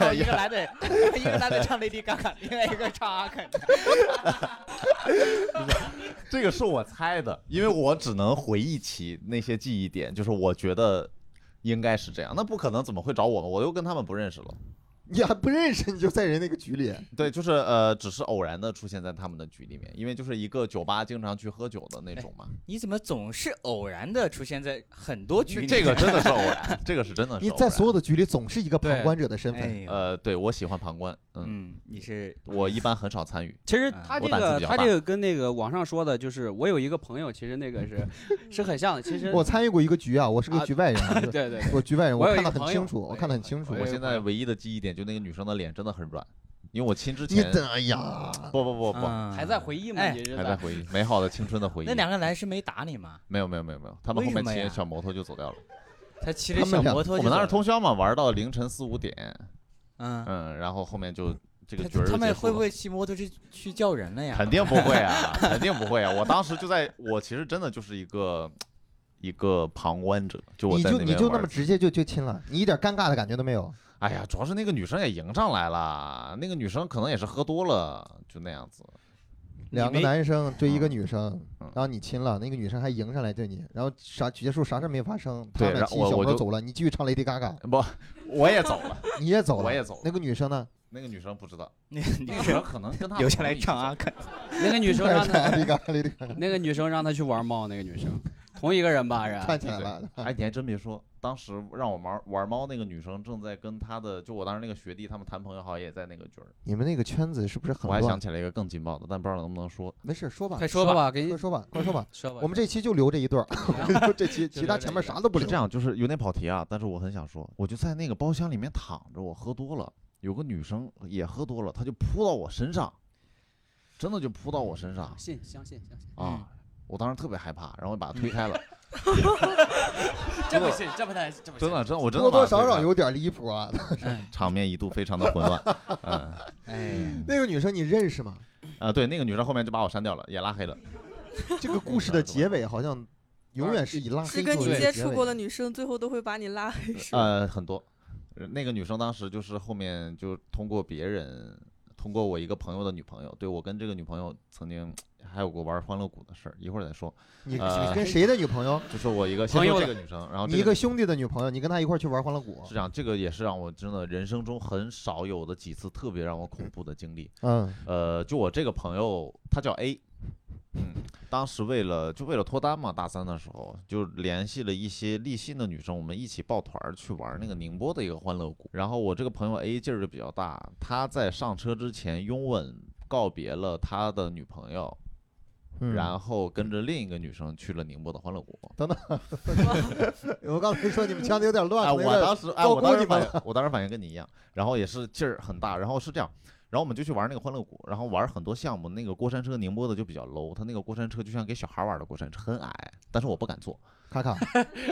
哎
一个男的，一个男的唱 Lady Gaga，另外一个唱阿肯，
这个是我猜的，因为我只能回忆起那些记忆点，就是我觉得应该是这样，那不可能，怎么会找我们？我又跟他们不认识了。
你还不认识你就在人那个局
*laughs*
里，
对，就是呃，只是偶然的出现在他们的局里面，因为就是一个酒吧经常去喝酒的那种嘛。
你怎么总是偶然的出现在很多局里？
这个真的是偶
*laughs*
然，这个是真的是
你
偶然。
在所有的局里总是一个旁
对
观者的身份。
哎呦，
呃，对我喜欢旁观，嗯，
嗯，你是
我一般很少
*laughs*
参与。
其实他这
我胆子
个
比较
他
大
这个跟那个网上说的，就是我有一个朋友，其实那个是是很像的。其实 *laughs*
我参与过一个局啊，我是个
啊
局外人啊，就
对
是
对对，
我局外人，
我有
看
一
得
个
很
朋友
清楚，
我
我
有
看得
一
很
个
清楚
朋。友
我
有
现
朋
在
友
唯一的记忆点就那个女生的脸真的很软，因为我亲之
你
前
的哎呀，
不不不不，
嗯
还在回忆吗？
哎
你是
还在回忆美好的青春的回忆。
那两个男生没打你吗？
没有没有没有没有，他们
为
后
什
面
么
骑着
呀
小摩托就走掉了。
他骑着
他们
小
俩
摩托
我
就走
们当时
了，
通宵嘛，玩到凌晨四五点，
嗯，
嗯，然后后面就这个局
他
儿就
他们
结束
会不
了
会骑摩托去去叫人了呀？
肯定不会啊，肯定不会啊！我当时就在，我其实真的就是一个一个旁观者，就我
你
在
就
那边
你就那
玩
么直接就就亲了，你一点尴尬的感觉都没有。
哎呀，主要是那个女生也迎上来了，那个女生可能也是喝多了，就那样子。
两个
没
男生追一个
嗯
女生，
嗯
然后你亲了，那个女生还迎上来对你，然后啥结束啥事儿没发生，他
对
们
然
骑
后我
小
我
摩
就
走了，你继续唱 Lady Gaga，
不，我也走了，
你也走了，
我也走了
那个女生呢？
那个女生不知道，
*laughs* 那
那
女
个女
生
生可能跟她
留下来唱
啊。
阿 *laughs* 肯，
那个女生让他 *laughs*
Lady Gaga，Lady
*laughs*
Gaga，
那个女生让他去玩猫，那个女生同一个人吧？人
串起来了。
嗯
*laughs*
哎，你还真别说，当时让我玩玩猫那个女生正在跟她的，就我当时那个学弟他们谈朋友，好像也在那个局儿。
你们那个圈子是不是很
我还想
乱？
起来一个更劲爆的，但不知道能不能说。
没事，说吧，
快说吧，给
快
你
说吧，快说吧。
说吧。
我们这期就留这一段 *laughs* 儿，这期其他前面啥都不
不
留
啊是这。样，就是有点跑题啊，但是我很想说，我就在那个包厢里面躺着，我喝多了，有个女生也喝多了，她就扑到我身上，真的就扑到我身上
信相信相信，
嗯
啊！我当时特别害怕，然后我把她推开了，
这不信，这不太这不
真
信。
的真的我真的
多多
把她推
少少
开
有点离谱啊！ *laughs*
了，场面一度非常的混乱，嗯
哎呀，
那个女生你认识吗？
啊，对，那个女生后面就把我删掉了，也拉黑了，
这个故事的结尾好像永远是以拉黑
是跟你
作为
接
结
触
尾
过的女生，最后都会把你拉黑，是吧？
呃，很多。呃那个女生当时就是后面就通过别人，通过我一个朋友的女朋友，对我跟这个女朋友曾经还有过玩欢乐谷的事儿，一会儿再说。
你
呃
你跟谁的女朋友？
就是我一个先
朋
说
友
这
的
个女生，然后
你
这
一
个
个
女
兄弟的女朋友，你跟她一块儿去玩欢乐谷
是。这样，这个也是让我真的人生中很少有的几次特别让我恐怖的经历。
嗯，
呃，就我这个朋友，他叫 A，当时为了就为了脱单嘛，大三的时候就联系了一些立信的女生，我们一起抱团儿去玩那个宁波的一个欢乐谷。然后我这个朋友 A 劲儿就比较大，他在上车之前拥吻告别了他的女朋友，
嗯
然后跟着另一个女生去了宁波的欢乐谷。
我刚才说你们腔的有点
哎，
乱，可能有
我
点
当时哎，
高
我当
估
时
你
反
们
应，我当时反应跟你一样，然后也是劲儿很大，然后是这样，然后我们就去玩那个欢乐谷，然后玩很多项目，那个过山车宁波的就比较 low，它那个过山车就像给小孩玩的过山车，很矮，但是我不敢坐，
卡
*laughs*
卡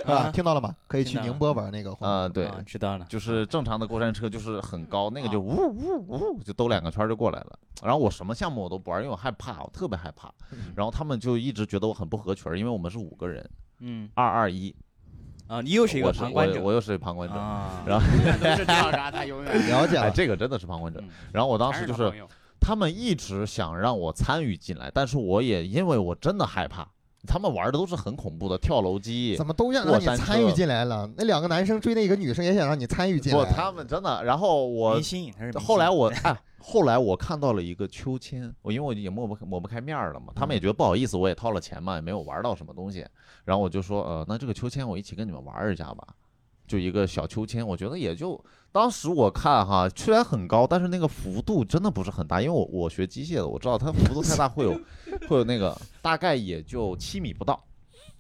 啊，听到了吗？可以去宁波玩那个活动
啊、对。
啊知啊道了。
就是正常的过山车，就是很高，那个就呜呜呜就兜两个圈儿就过来了。然后我什么项目我都不玩，因为我害怕，我特别害怕。然后他们就一直觉得我很不合群儿，因为我们是五个人，
嗯
二二一，
啊，你又是一个
我是
旁观
我
者
我又是旁观者。
啊，
然后
*laughs* 都是这样啥，他永远 *laughs*
了解
哎，
了，
这个真的是旁观者。
嗯
然后我当
还
时就
他
是
朋友
他们一直想让我参与进来，但是我也因为我真的害怕，他们玩的都是很恐怖的跳楼机。
怎么都让让你
过山车
参与进来了？那两个男生追那个女生也想让你参与进
不，
来，
他们真的。然后我
迷信他是迷信
后
*laughs*
来我哎，后来我看到了一个秋千，我因为我也抹不抹不开面儿了嘛，他们也觉得不好意思，我也掏了钱嘛，也没有玩到什么东西。然后我就说，呃，那这个秋千我一起跟你们玩一下吧。就一个小秋千，我觉得也就当时我看哈，虽然很高，但是那个幅度真的不是很大，因为我我学机械的，我知道它幅度太大会有会有那个大概也就七米不到，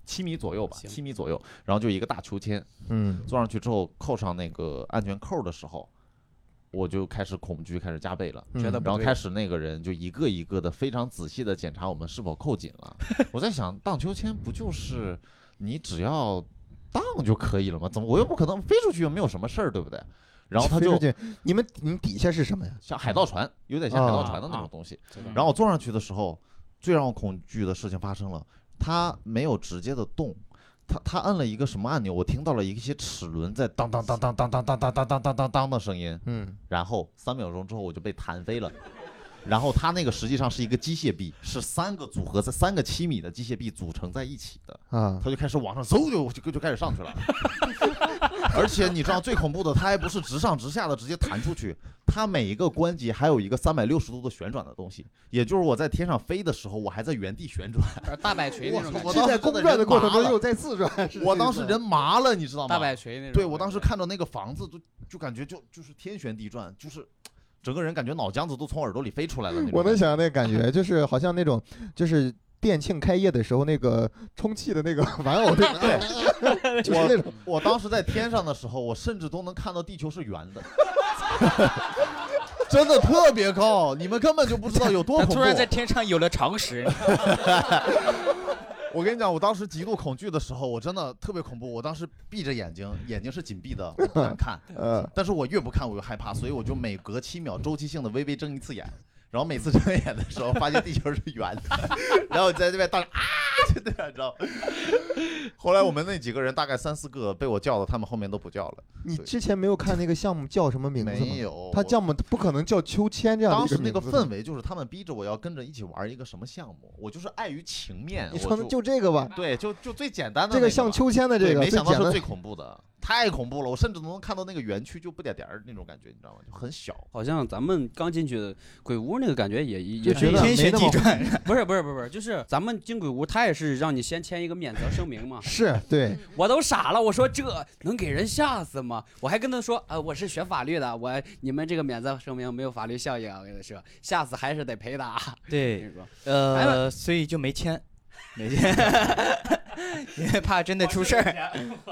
七米左右吧，
行
七米左右，然后就一个大秋千，
嗯，
坐上去之后扣上那个安全扣的时候，我就开始恐惧开始加倍了，
嗯觉得不
然后
对
开始那个人就一个一个的非常仔细的检查我们是否扣紧
*laughs*
了。我在想，荡秋千不就是你只要荡就可以了吗？怎么我又不可能飞出去又没有什么事儿，对不对？然后他
飞出
就
去你们你们底下是什么呀？
像海盗船，有点像海
嗯
盗船的那
啊
种东西。
知
嗯
道
然后我坐上去的时候，最让我恐惧的事情发生了，他没有直接的动，他他按了一个什么按钮，我听到了一些齿轮在当当当当当当当当当当当当当的声音，
嗯，
然后三秒钟之后我就被弹飞了。然后它那个实际上是一个机械臂，是三个组合在三个七米的机械臂组成在一起的，
啊，
它就开始往上嗖就就就开始上去了。 *laughs* 而且你知道最恐怖的，它还不是直上直下的直接弹出去，它每一个关节还有一个三百六十度的旋转的东西，也就是我在天上飞的时候，我还在原地旋转。
*laughs* 大摆锤那种感
我
觉，
是
当
在
时真的
公转的
人
过程中
麻了
又在自
*laughs*
转，是
我
这
当
意
时
思吗
人麻了，你知道吗
大？摆锤那种。
对我当时看到那个房子都就感觉就就是天旋地转，就是整个人感觉脑浆子都从耳朵里飞出来了那种。
我能想象那个感
*laughs*
觉，就是好像那种就是店庆开业的时候那个充气的那个玩偶，对对，
*laughs*
就是那种
我当时在天上的时候，我甚至都能看到地球是圆的，真的特别高，你们根本就不知道有多
他
恐怖。
突然在天上有了常识，
我跟你讲，我当时极度恐惧的时候，我真的特别恐怖。我当时闭着眼睛，眼睛是紧闭的，我不敢看。
呃，
但是我越不看我越害怕，所以我就每隔七秒周期性的微微睁一次眼，然后每次睁眼的时候发现地球是圆的，然后我在这边当时啊，就那样，你知道吗。后来我们那几个人大概三四个被我叫的，他们后面都不叫了，
你之前没有看那个项目叫什么名字
没
吗？
有。
它项目不可能叫秋千这样的
当
一
时那
名
个
字。
氛围就是他们逼着我要跟着一起玩一个什么项目，我就是碍于情面，
你说的
我
就这个吧，
对，就就最简单的
这
那
个
个
像
吧
秋千的
对
这个
没
最
想到
简
是
单
最，恐怖的，太恐怖了，我甚至都能看到那个园区就不点点儿那种感觉，你知道吗？就很小。
好像咱们刚进去的鬼屋那个感觉也
就 *laughs*
也
觉
是
得
天
没
旋
那
地
么。
转， *laughs*
不是不是不是不是，就是咱们进鬼屋，他也是让你先签一个免责声明嘛
是对，
嗯
我都傻了，我说这能给人吓死吗？我还跟他说，呃，我是学法律的，我你们这个免责声明没有法律效应啊，我跟他说，吓死还是得赔的啊。
对，
跟你说
呃，所以就没 *laughs* 签，没签，因为怕真的出事儿，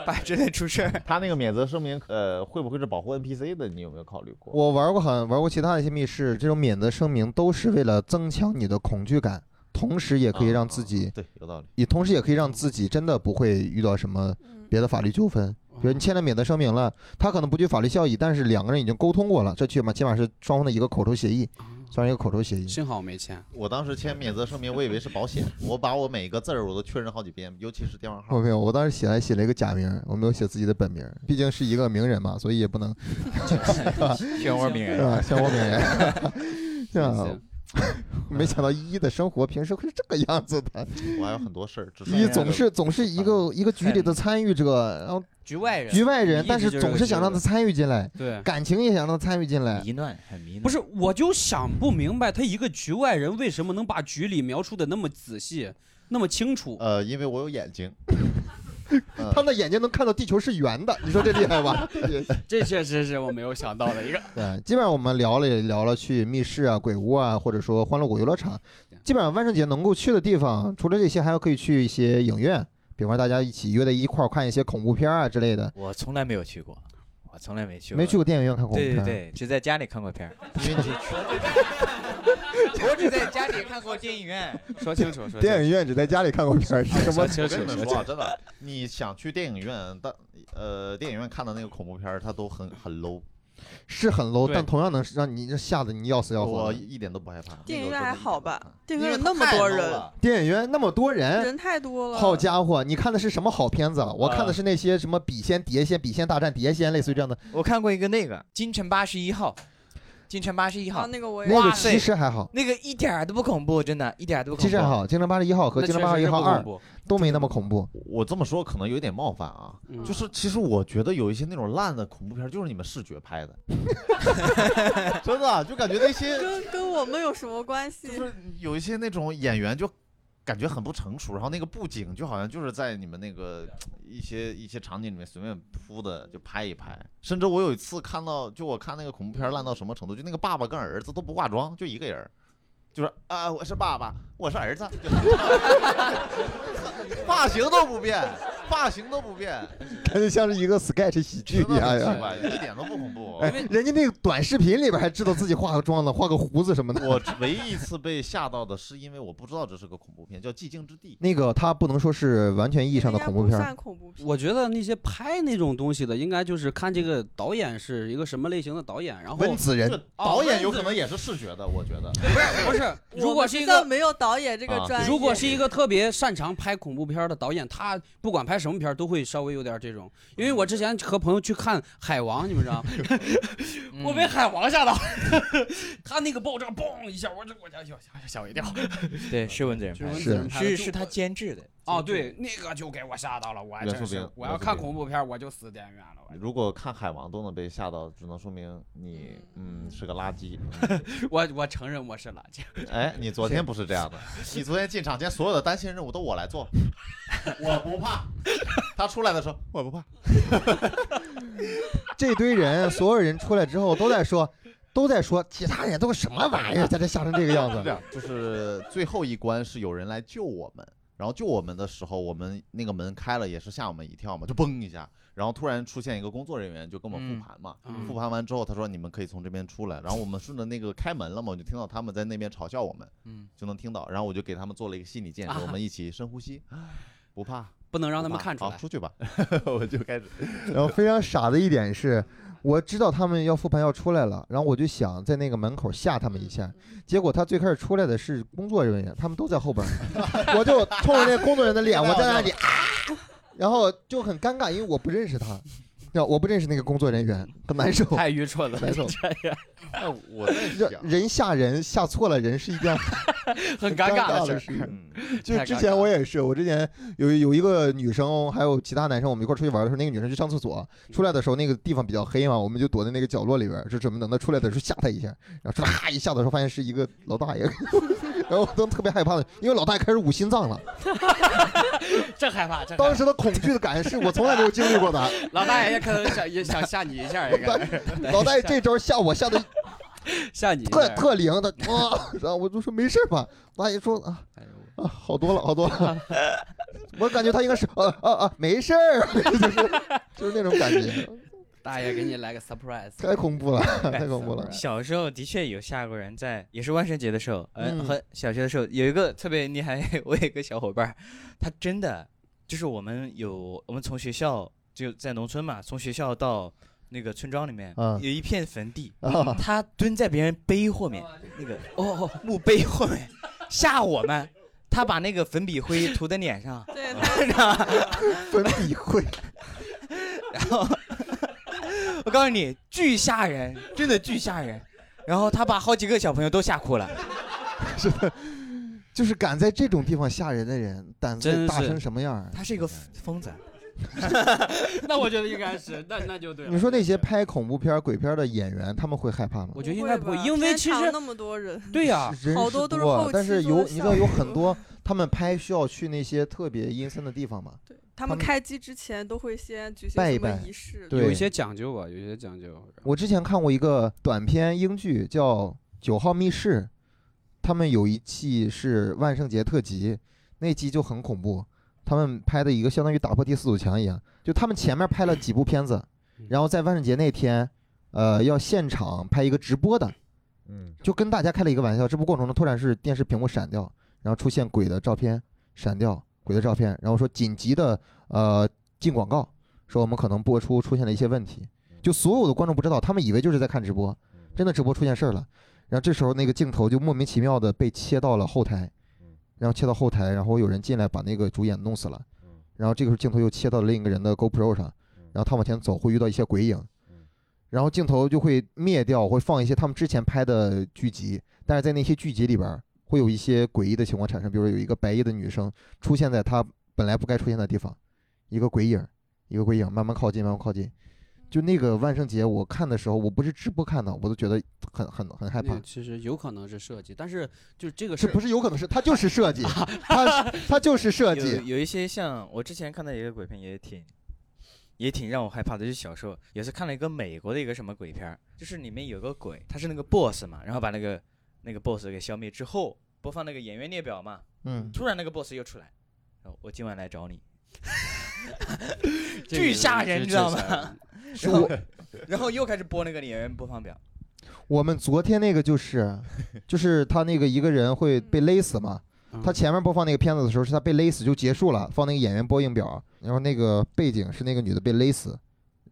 怕真的出事儿。
他那个免责声明，呃，会不会是保护 NPC 的？你有没有考虑过？
我玩过，好像玩过其他的一些密室，这种免责声明都是为了增强你的恐惧感，同时也可以让自己，
嗯对有道理。
也同时也可以让自己真的不会遇到什么
嗯，
别的法律纠
哦
纷。比如你签了免责声明了，他可能不具法律效益，但是两个人已经沟通过了，这起码起码是双方的一个口头协
哦
议，算是一个口头协议。
哦幸好我没签，
我当时签免责声明，我以为是保险，我把我每个字儿我都确认好几遍，尤其是电话号。
我没有，我当时写了写了一个假名，我没有写自己的本名，毕竟是一个名人嘛，所以也 *laughs* 不能
漩涡鸣 *laughs*
*laughs* 是吧？像我名人，对
没
啊
签，
没想到依依的生活平时会是这个样子的，
哎我还有很多事儿，只
依依
哎呀
总是嗯总是一个一个局里的参与者，然后
局外人，
局外人
一，直
但是
就是
总
个
是
局
想
外
让他
人
参与进来，
对，
感情也想让他参与进来。
迷乱，很迷乱。
不是，我就想不明白，他一个局外人为什么能把局里描述的那么仔细，那么清楚？
呃，因为我有眼睛，呃
他的眼睛能看到地球是圆的，你说这厉害吧？
*laughs* 这确实是我没有想到的一个。
对，基本上我们聊了也聊了去密室啊、鬼屋啊，或者说欢乐谷游乐场，基本上万圣节能够去的地方，除了这些，还可以去一些影院，比方大家一起约在一块儿看一些恐怖片啊之类的。
我从来没有去过，我从来没去过，
没去过电影院看恐怖
对
片，
对对，只在家里看过片儿。
因为你
*laughs* 我只在家里看过电影院。
*laughs* 说清楚，说
电影院只在家里看过片儿，是什么
*laughs* 说？清
我
楚
跟你，们
说
说
清
啊，真的，你想去电影院，但呃，电影院看的那个恐怖片儿，它都很很 low，
是很 low，
对
但同样能让你吓得你要死要活
我
的。
一点都不害怕。
电
那个
影院
真
还
的一
好
点都
吧
不害怕？因为
电影院有那么
太 low
多人，
了
电影院那么多人，
人太多了。
好家伙，你看的是什么好片子啊？我看的
啊
是那些什么笔仙、碟仙、笔仙大战、碟仙，类似于这样的。
*laughs* 我看过一个那个《京城八十一号》，《京城八十一
然后
号》
那个我也
那个
哇塞
其实还好，
那个一点儿都不恐怖，真的，一点儿都不恐怖。
其实还，好，《京城八十一号》和《
那
京城
确
八
实
十一
是
号
不
二
恐》怖
都没那么恐怖。
我这么说可能有点冒犯啊，
嗯
就是其实我觉得有一些那种烂的恐怖片儿，就是你们视觉拍的，真的就感觉那些
跟跟我们有什么关系？
就是有一些那种演员就感觉很不成熟，然后那个布景就好像就是在你们那个一些一些场景里面随便铺的就拍一拍，甚至我有一次看到，就我看那个恐怖片烂到什么程度，就那个爸爸跟儿子都不化妆，就一个人儿，就是啊、我是爸爸，我是儿子，就发型都不变，发型都不变，
*laughs*
*laughs*
感觉像是一个 sketch 喜剧一
真的
样
很奇
哎呀。
怪，一点都不恐怖。
哎，人家那个短视频里边还知道自己化个妆呢，画个胡子什么的。
我唯一一次被吓到的是因为我不知道这是个恐怖片，叫《寂静之地》。
那个他不能说是完全意义上的
应该
恐怖
不
片儿，
算恐怖片。
我觉得那些拍那种东西的，应该就是看这个导演是一个什么类型的导演，然后
温子仁
这导演有可能也哦是视觉的，我觉得。
不是 *laughs* 不是，如
我
果
们
是一
学校
个
没有导演这个
啊
专业，
如果是一个特别擅长拍恐怖片的导演，他不管拍什么片儿都会稍微有点这种。因为我之前和朋友去看《海王》，你们知道吗，我
嗯
被海王吓到， *laughs* 他那个爆炸嘣一下，我这我吓吓吓我一跳。
对是温子仁拍的，
是
是是
呃
他监制的。
哦，对，那个就给我吓到了，我还
元
真
素
是
饼，
我
元
要
素
看
饼
恐怖片儿我就死电影院了。
嗯
我
如果看海王都能被吓到，只能说明你嗯是个垃 *laughs* 圾。
我我承认我是垃圾，
哎，你昨天不是这样的，你昨天进场前所有的单线任务都我来做， *laughs* 我不怕。他出来的时候我不怕，
*laughs* 这堆人，所有人出来之后都在说，都在说其他人都是什么玩意儿，在这吓成这个样
是这
子。
样，就是最后一关是有人来救我们。然后救我们的时候，我们那个门开了，也是吓我们一跳嘛，就嘣一下。然后突然出现一个工作人员，就跟我
嗯
们复盘嘛。
嗯
复盘完之后，他说你们可以从这边出来。然后我们顺着那个开门了嘛，我就听到他们在那边嘲笑我们。
嗯，
就能听到。然后我就给他们做了一个心理建设，
*laughs*
我们一起深呼吸，不怕，
不能让他
不
们
怕
看出
好
来。
出去吧， *laughs* 我就开始。
然后非常傻的一点是，我知道他们要复盘要出来了，然后我就想在那个门口吓他们一下。结果他最开始出来的是工作人员，他们都在后边儿，我就冲着那工作人员的脸，我在那里啊，然后就很尴尬，因为我不认识他，然后我不认识那个工作人员，很难受。
太愚蠢了，
难受
这样
那哎我在
人
想，
人吓人，吓错了人是一件
很
尴
尴尬的事
的
儿。
事情。
嗯，
就
太
之
尴
前
尬
我也是，我之前有有一个女生，还有其他男生，我们一块儿出去玩的时候，那个女生去上厕所，出来的时候那个地方比较黑嘛，我们就躲在那个角落里边儿，就准备等她出来的时候吓她一下，然后出来哈一吓的时候，发现是一个老大爷， *laughs* 然后我都特别害怕的，因为老大爷开始捂心脏
*laughs*
了，
这害怕，这害怕
当时的恐惧的感是我从来没有经历过
*laughs*
的，
老大爷也可能想也想吓你一下，也可能
老大爷这招吓我吓得
吓你一
特
下
特灵的啊，然后我就说没事吧，大爷说啊
哎呦
啊好多了好多
*laughs*
了，我感觉他应该是啊啊啊没事儿， *laughs* 就是就是那种感觉。
大爷给你来个 surprise，
太恐怖了，太
哎
恐怖了
是！
小时候的确有吓过人在，也是万圣节的时候，呃，
嗯
和小学的时候有一个特别厉害， *laughs* 我有一个小伙伴儿，他真的就是我们有我们从学校就在农村嘛，从学校到那个村庄里面、
嗯
有一片坟地，
啊，
他蹲在别人碑后面，那个哦哦墓碑后面吓我们，他把那个粉笔灰涂在脸上，
对，
粉笔 *laughs* 灰，
然后 *laughs* 我告诉你，巨吓人，真的巨吓人。然后他把好几个小朋友都吓哭了，
就是敢在这种地方吓人的人，胆子
真
大
是
成什么样儿？
他是一个疯子，
那我觉得应该是，那那就对了。
你说那些
对
拍恐怖片儿、鬼片儿的演员，他们会害怕吗？
我觉得应该不会，
吧
因为
片
其
场
实
那么多人，
对呀，
是人
好
是
多都是
多啊
后
但
期
是
做的
有你知道有
效
很
果
多他们拍需要去那些特别阴森的地方嘛？
他
们
们开机之前都会先举行
拜一
什么
拜
仪式？
对
有一些讲究吧，有一些讲究。
我之前看过一个短片英剧叫《九号密室》，他们有一期是万圣节特辑，那期就很恐怖。他们拍的一个相当于打破第四堵墙一样，就他们前面拍了几部片子，然后在万圣节那天，呃，要现场拍一个直播的，
嗯，
就跟大家开了一个玩笑。这部过程中突然是电视屏幕闪掉，然后出现鬼的照片，闪掉鬼的照片，然后说紧急的呃进广告，说我们可能播出出现了一些问题。就所有的观众不知道，他们以为就是在看直播，真的直播出现事儿了。然后这时候那个镜头就莫名其妙的被切到了后台，然后切到后台，然后有人进来把那个主演弄死了，然后这个时候镜头又切到了另一个人的 GoPro 上，然后他往前走会遇到一些鬼影，然后镜头就会灭掉，会放一些他们之前拍的剧集，但是在那些剧集里边儿会有一些诡异的情况产生，比如说有一个白衣的女生出现在她本来不该出现的地方，一个鬼影儿，一个鬼影儿慢慢靠近，慢慢靠近。就那个万圣节，我看的时候，我不是直播看的，我都觉得很很很害怕
那。其实有可能是设计，但是就这个
是
事
不是有可能是他就是设计，他他就是设
啊有
计，
有一些像我之前看到一个鬼片也挺。也挺让我害怕的，就是小时候也是看了一个美国的一个什么鬼片儿，就是里面有个鬼，他是那个 boss 嘛，然后把那个那个 boss 给消灭之后，播放那个演员列表嘛，
嗯，
突然那个 boss 又出来，然后我今晚来找你，
这
巨
个
吓人
这
你知道
这
吗
吓人
是我
然后又开始播那个演员播放表，
我们昨天那
*laughs*
个就是，就是他那个一个人会被勒死嘛，
嗯
他前面播放那个片子的时候是他被勒死就结束了，放那个演员播映表，然后那个背景是那个女的被勒死，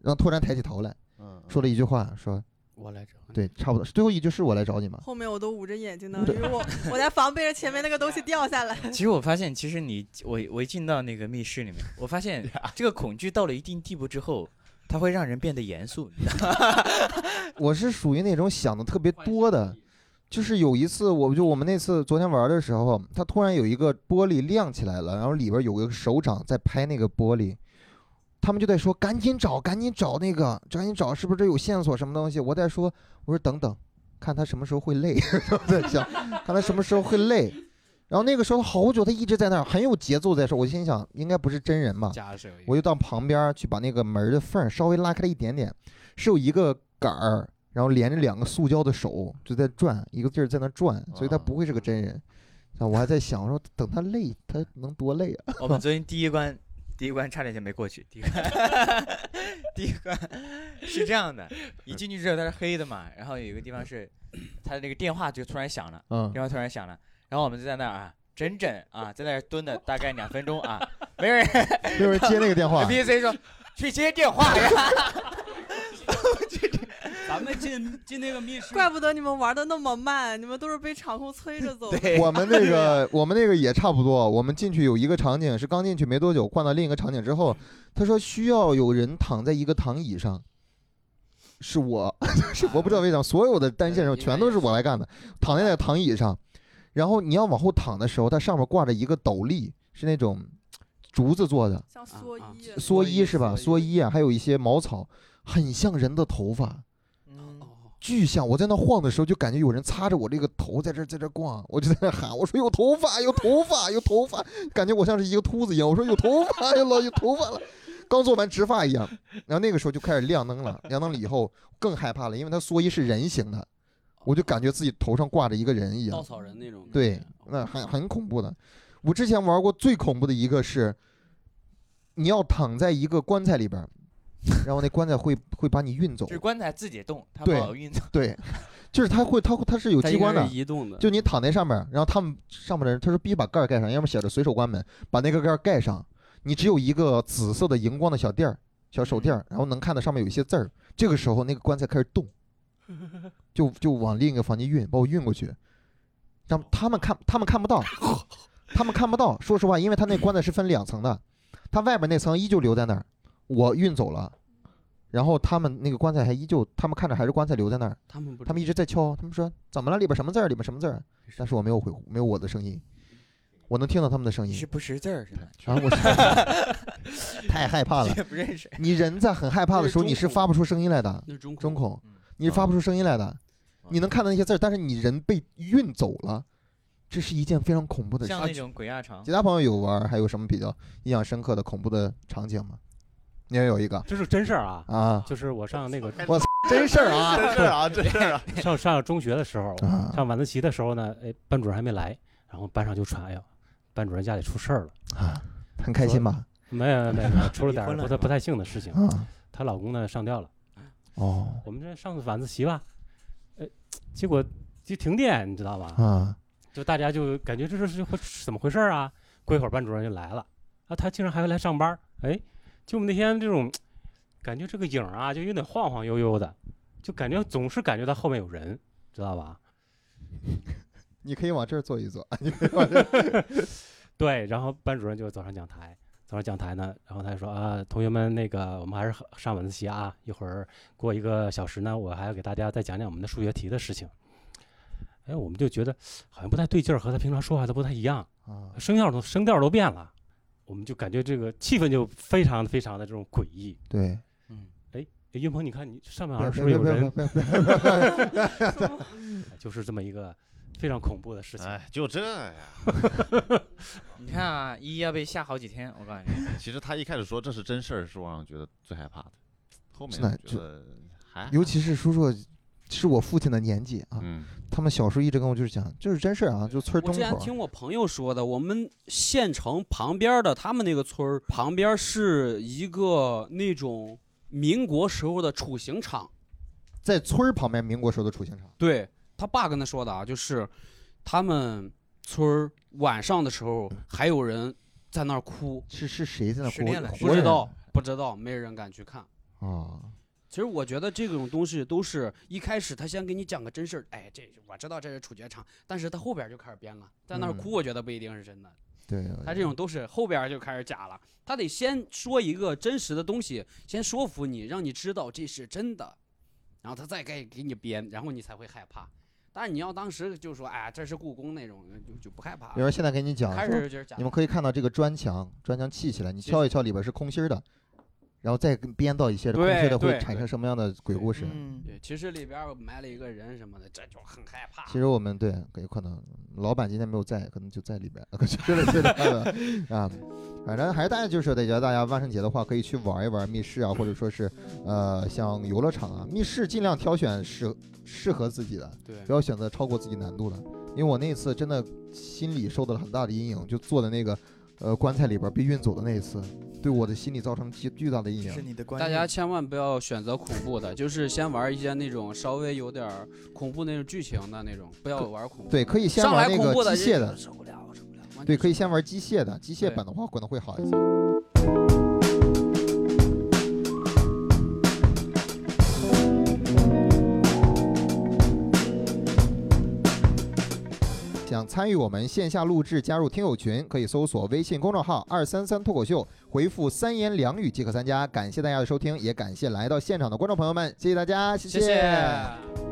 然后突然抬起头来
嗯
说了一句话，说
我来找你，
对，差不多，最后一句是我来找你嘛，
后面我都捂着眼睛呢，
对
因为我我在防备着前面那个东西掉 *laughs* 下来。
其实我发现，其实你我我一进到那个密室里面，我发现这个恐惧到了一定地步之后，它会让人变得严肃。你知道吗
*laughs* 我是属于那种想的特别多的，就是有一次，我就我们那次昨天玩的时候，它突然有一个玻璃亮起来了，然后里边有个手掌在拍那个玻璃，他们就在说赶紧找，赶紧找那个，赶紧找，是不是这有线索什么东西？我在说，我说等等，看他什么时候会累， *laughs* 我在想，看他什么时候会累。然后那个时候好久，他一直在那儿很有节奏在说，我心想应该不是真人吧？
加的是有一个
我就到旁边儿去把那个门儿的缝儿稍微拉开了一点点，是有一个杆儿，然后连着两个塑胶的手就在转，一个劲儿在那转，所以他
啊
不会是个真人。啊，我还在想，我说等他累，他能多累啊？
我们昨天第一关，第一关差点就没过去。第一关， *laughs* 第一关是这样的，一进去之后它是黑的嘛，然后有一个地方是它的那个电话就突然响了，
嗯
电话突然响了，然后我们就在那儿啊。整整啊，在那儿蹲了大概两分钟啊，没人
*laughs* 就是接那
*laughs*
个电话，
B C 说去接电话呀，
咱们进 *laughs* 进那个密室，
怪不得你们玩的那么慢，你们都是被场控催着走。
*laughs*
对
我们那个我们那个也差不多，我们进去有一个场景是刚进去没多久，换到另一个场景之后，他说需要有人躺在一个躺椅上，是我， *laughs* 是我不知道为啥，所有的单线任务全都是我来干的，躺在那个躺椅上，然后你要往后躺的时候，它上面挂着一个斗笠，是那种竹子做的
像蓑衣，啊
蓑衣是吧？蓑
蓑衣
衣啊，还有一些茅草，很像人的头发。
嗯
哦，
巨像！我在那晃的时候，就感觉有人擦着我这个头在这儿在这儿逛，我就在那喊，我说有头发，有头发，有头发，感觉我像是一个秃子一样，我说有头发呀，老有头发了，刚做完植发一样。然后那个时候就开始亮灯了，亮灯了以后更害怕了，因为它蓑衣是人形的，我就感觉自己头上挂着一个人一
稻
样，
草人那种。哦
对，那很很恐怖的。我之前玩过最恐怖的一个是，你要躺在一个棺材里边儿，然后那棺材会会把你运走
就，是棺材自己动，它不
对
好运动。
对，就是它会它会它是有
它
机
应该
关的
是。移动的，
就你躺在上面儿，然后他们上面的人他说必须把盖儿盖上，要么写着随手关门，把那个盖儿盖上。你只有一个紫色的荧光的小垫儿、小
嗯
手垫儿，然后能看到上面有一些字儿。这个时候那个棺材开始
*laughs*
动，就就往另一个房间运，把我运过去。让他们看，他们看
*laughs*
不到，他们看不到。说实话，因为他那棺材是分两层的，他外边那层依旧留在那儿，我运走了。然后他们那个棺材还依旧，他们看着还是棺材留在那儿，
他们不知道，
他们一直在敲，啊他们说怎么了？里边什么字儿？里边什么字儿？但是我没有回，没有我的声音，我能听到他们的声
你
音
是。不识字儿是吗？
然后我是太害怕
*laughs*
了
你，也不认识。
你人在很害怕的时候，
这是中
你是
孔
发不出声音来的，
那是中
中孔
嗯，
你是发不出声音来的，你能看到那些字儿，但是你人被运走了，这是一件非常恐怖的事
像那
情。
种鬼压床
其，他朋友有玩儿还有什么比较印象深刻的恐怖的场景吗？你也有一个
这是真事儿啊，
啊，
就是我上那个
我操，真事儿啊
*laughs* 真事儿啊，真事儿啊，
上上中学的时候，
啊
上晚自习的时候呢，哎，班主任还没来，然后班上就传，哎呦，班主任家里出事儿了。
啊，很开心吧？
没有没有没有，出了点
离婚
儿
了
不
是
太
吧
不太幸的事情。
啊，
她老公呢上吊了。
哦
我们这上次晚自习吧，呃，结果就停电，你知道吧？
啊，
就大家就感觉这是是会怎么回事儿啊？过一会儿班主任就来了，啊，他竟然还会来上班儿，哎，就我们那天这种感觉，这个影儿啊，就有点晃晃悠悠的，就感觉总是感觉到后面有人，知道吧？
你可以往这儿坐一坐，
*laughs* 对，然后班主任就走上讲台，走上讲台呢，然后他就说啊，同学们，那个我们还是上晚自习啊，一会儿过一个小时呢，我还要给大家再讲讲我们的数学题的事情。哎，我们就觉得好像不太对劲儿，和他平常说话都不太一样。
啊
声调都声调都变了，我们就感觉这个气氛就非常非常的这种诡异。
对，
嗯，
哎云鹏，你看你上面好
别
像啊是不是
别
有
别别
人？
别别，
就是这么一个非常恐怖的事情。
啊
哎，就这呀。
你看啊，一要被吓好几天，我告诉你，
其实他一开始说这是真事儿，是我让我觉得最害怕的，后面
是哪
我觉得还
尤其是叔叔。是我父亲的年纪啊，
啊嗯，
他们小时候一直跟我就是讲，就是真事儿啊，就村儿
我
东
之前
口
听我朋友说的，我们县城旁边的他们那个村儿旁边是一个那种民国时候的处刑场。
在村儿旁边，民国时候的储刑场。
对他爸跟他说的啊，就是他们村儿晚上的时候还有人在那儿哭，
是是谁在那
失恋了
活
是
不
活
知
人
道不知道，没人敢去看。
啊？
其实我觉得这种东西都是一开始他先给你讲个真事儿，哎，这我知道这是处决场，但是他后边就开始编了，在那儿
嗯
哭，我觉得不一定是真的，
对，
他这种都是后边就开始假了，他得先说一个真实的东西，先说服你，让你知道这是真的，然后他再给给你编，然后你才会害怕。但是你要当时就说，哎，这是故宫那种，就就不害怕
比如
了。
说现在给你讲
开
说，
始就是假
你，们可以看到这个砖墙，砖墙砌起来，你敲一敲里边是空心儿的，然后再跟编造一些空心儿的
对
会
对
产生什么样的鬼故事。
嗯，
对，其实里边儿埋了一个人什么的，这就很害怕。
其实我们对，有可能老板今天没有在，可能就在里边，之类之类的 *laughs* 啊。反正还是大家就是得叫大家万圣节的话，可以去玩一玩密室啊，或者说是呃像游乐场啊，密室尽量挑选适适合自己的，
对
不要选择超过自己难度了。因为我那一次真的心里受到了很大的阴影，就坐在那个呃棺材里边被运走的那一次，对我的心理造成巨巨大的阴影。
你的观
大家千万不要选择恐怖的，就是先玩一些那种稍微有点儿恐怖那种剧情的那种，不要玩恐怖。
对，可以先
上来
玩那
恐
个
怖的
机械的，
受不了，受不了。
对，可以先玩机械的，机械
对
版的话可能会好一些。想参与我们线下录制，加入听友群，可以搜索微信公众号“二三三脱口秀”，回复“三言两语”即可参加。感谢大家的收听，也感谢来到现场的观众朋友们，谢谢大家，谢
谢谢。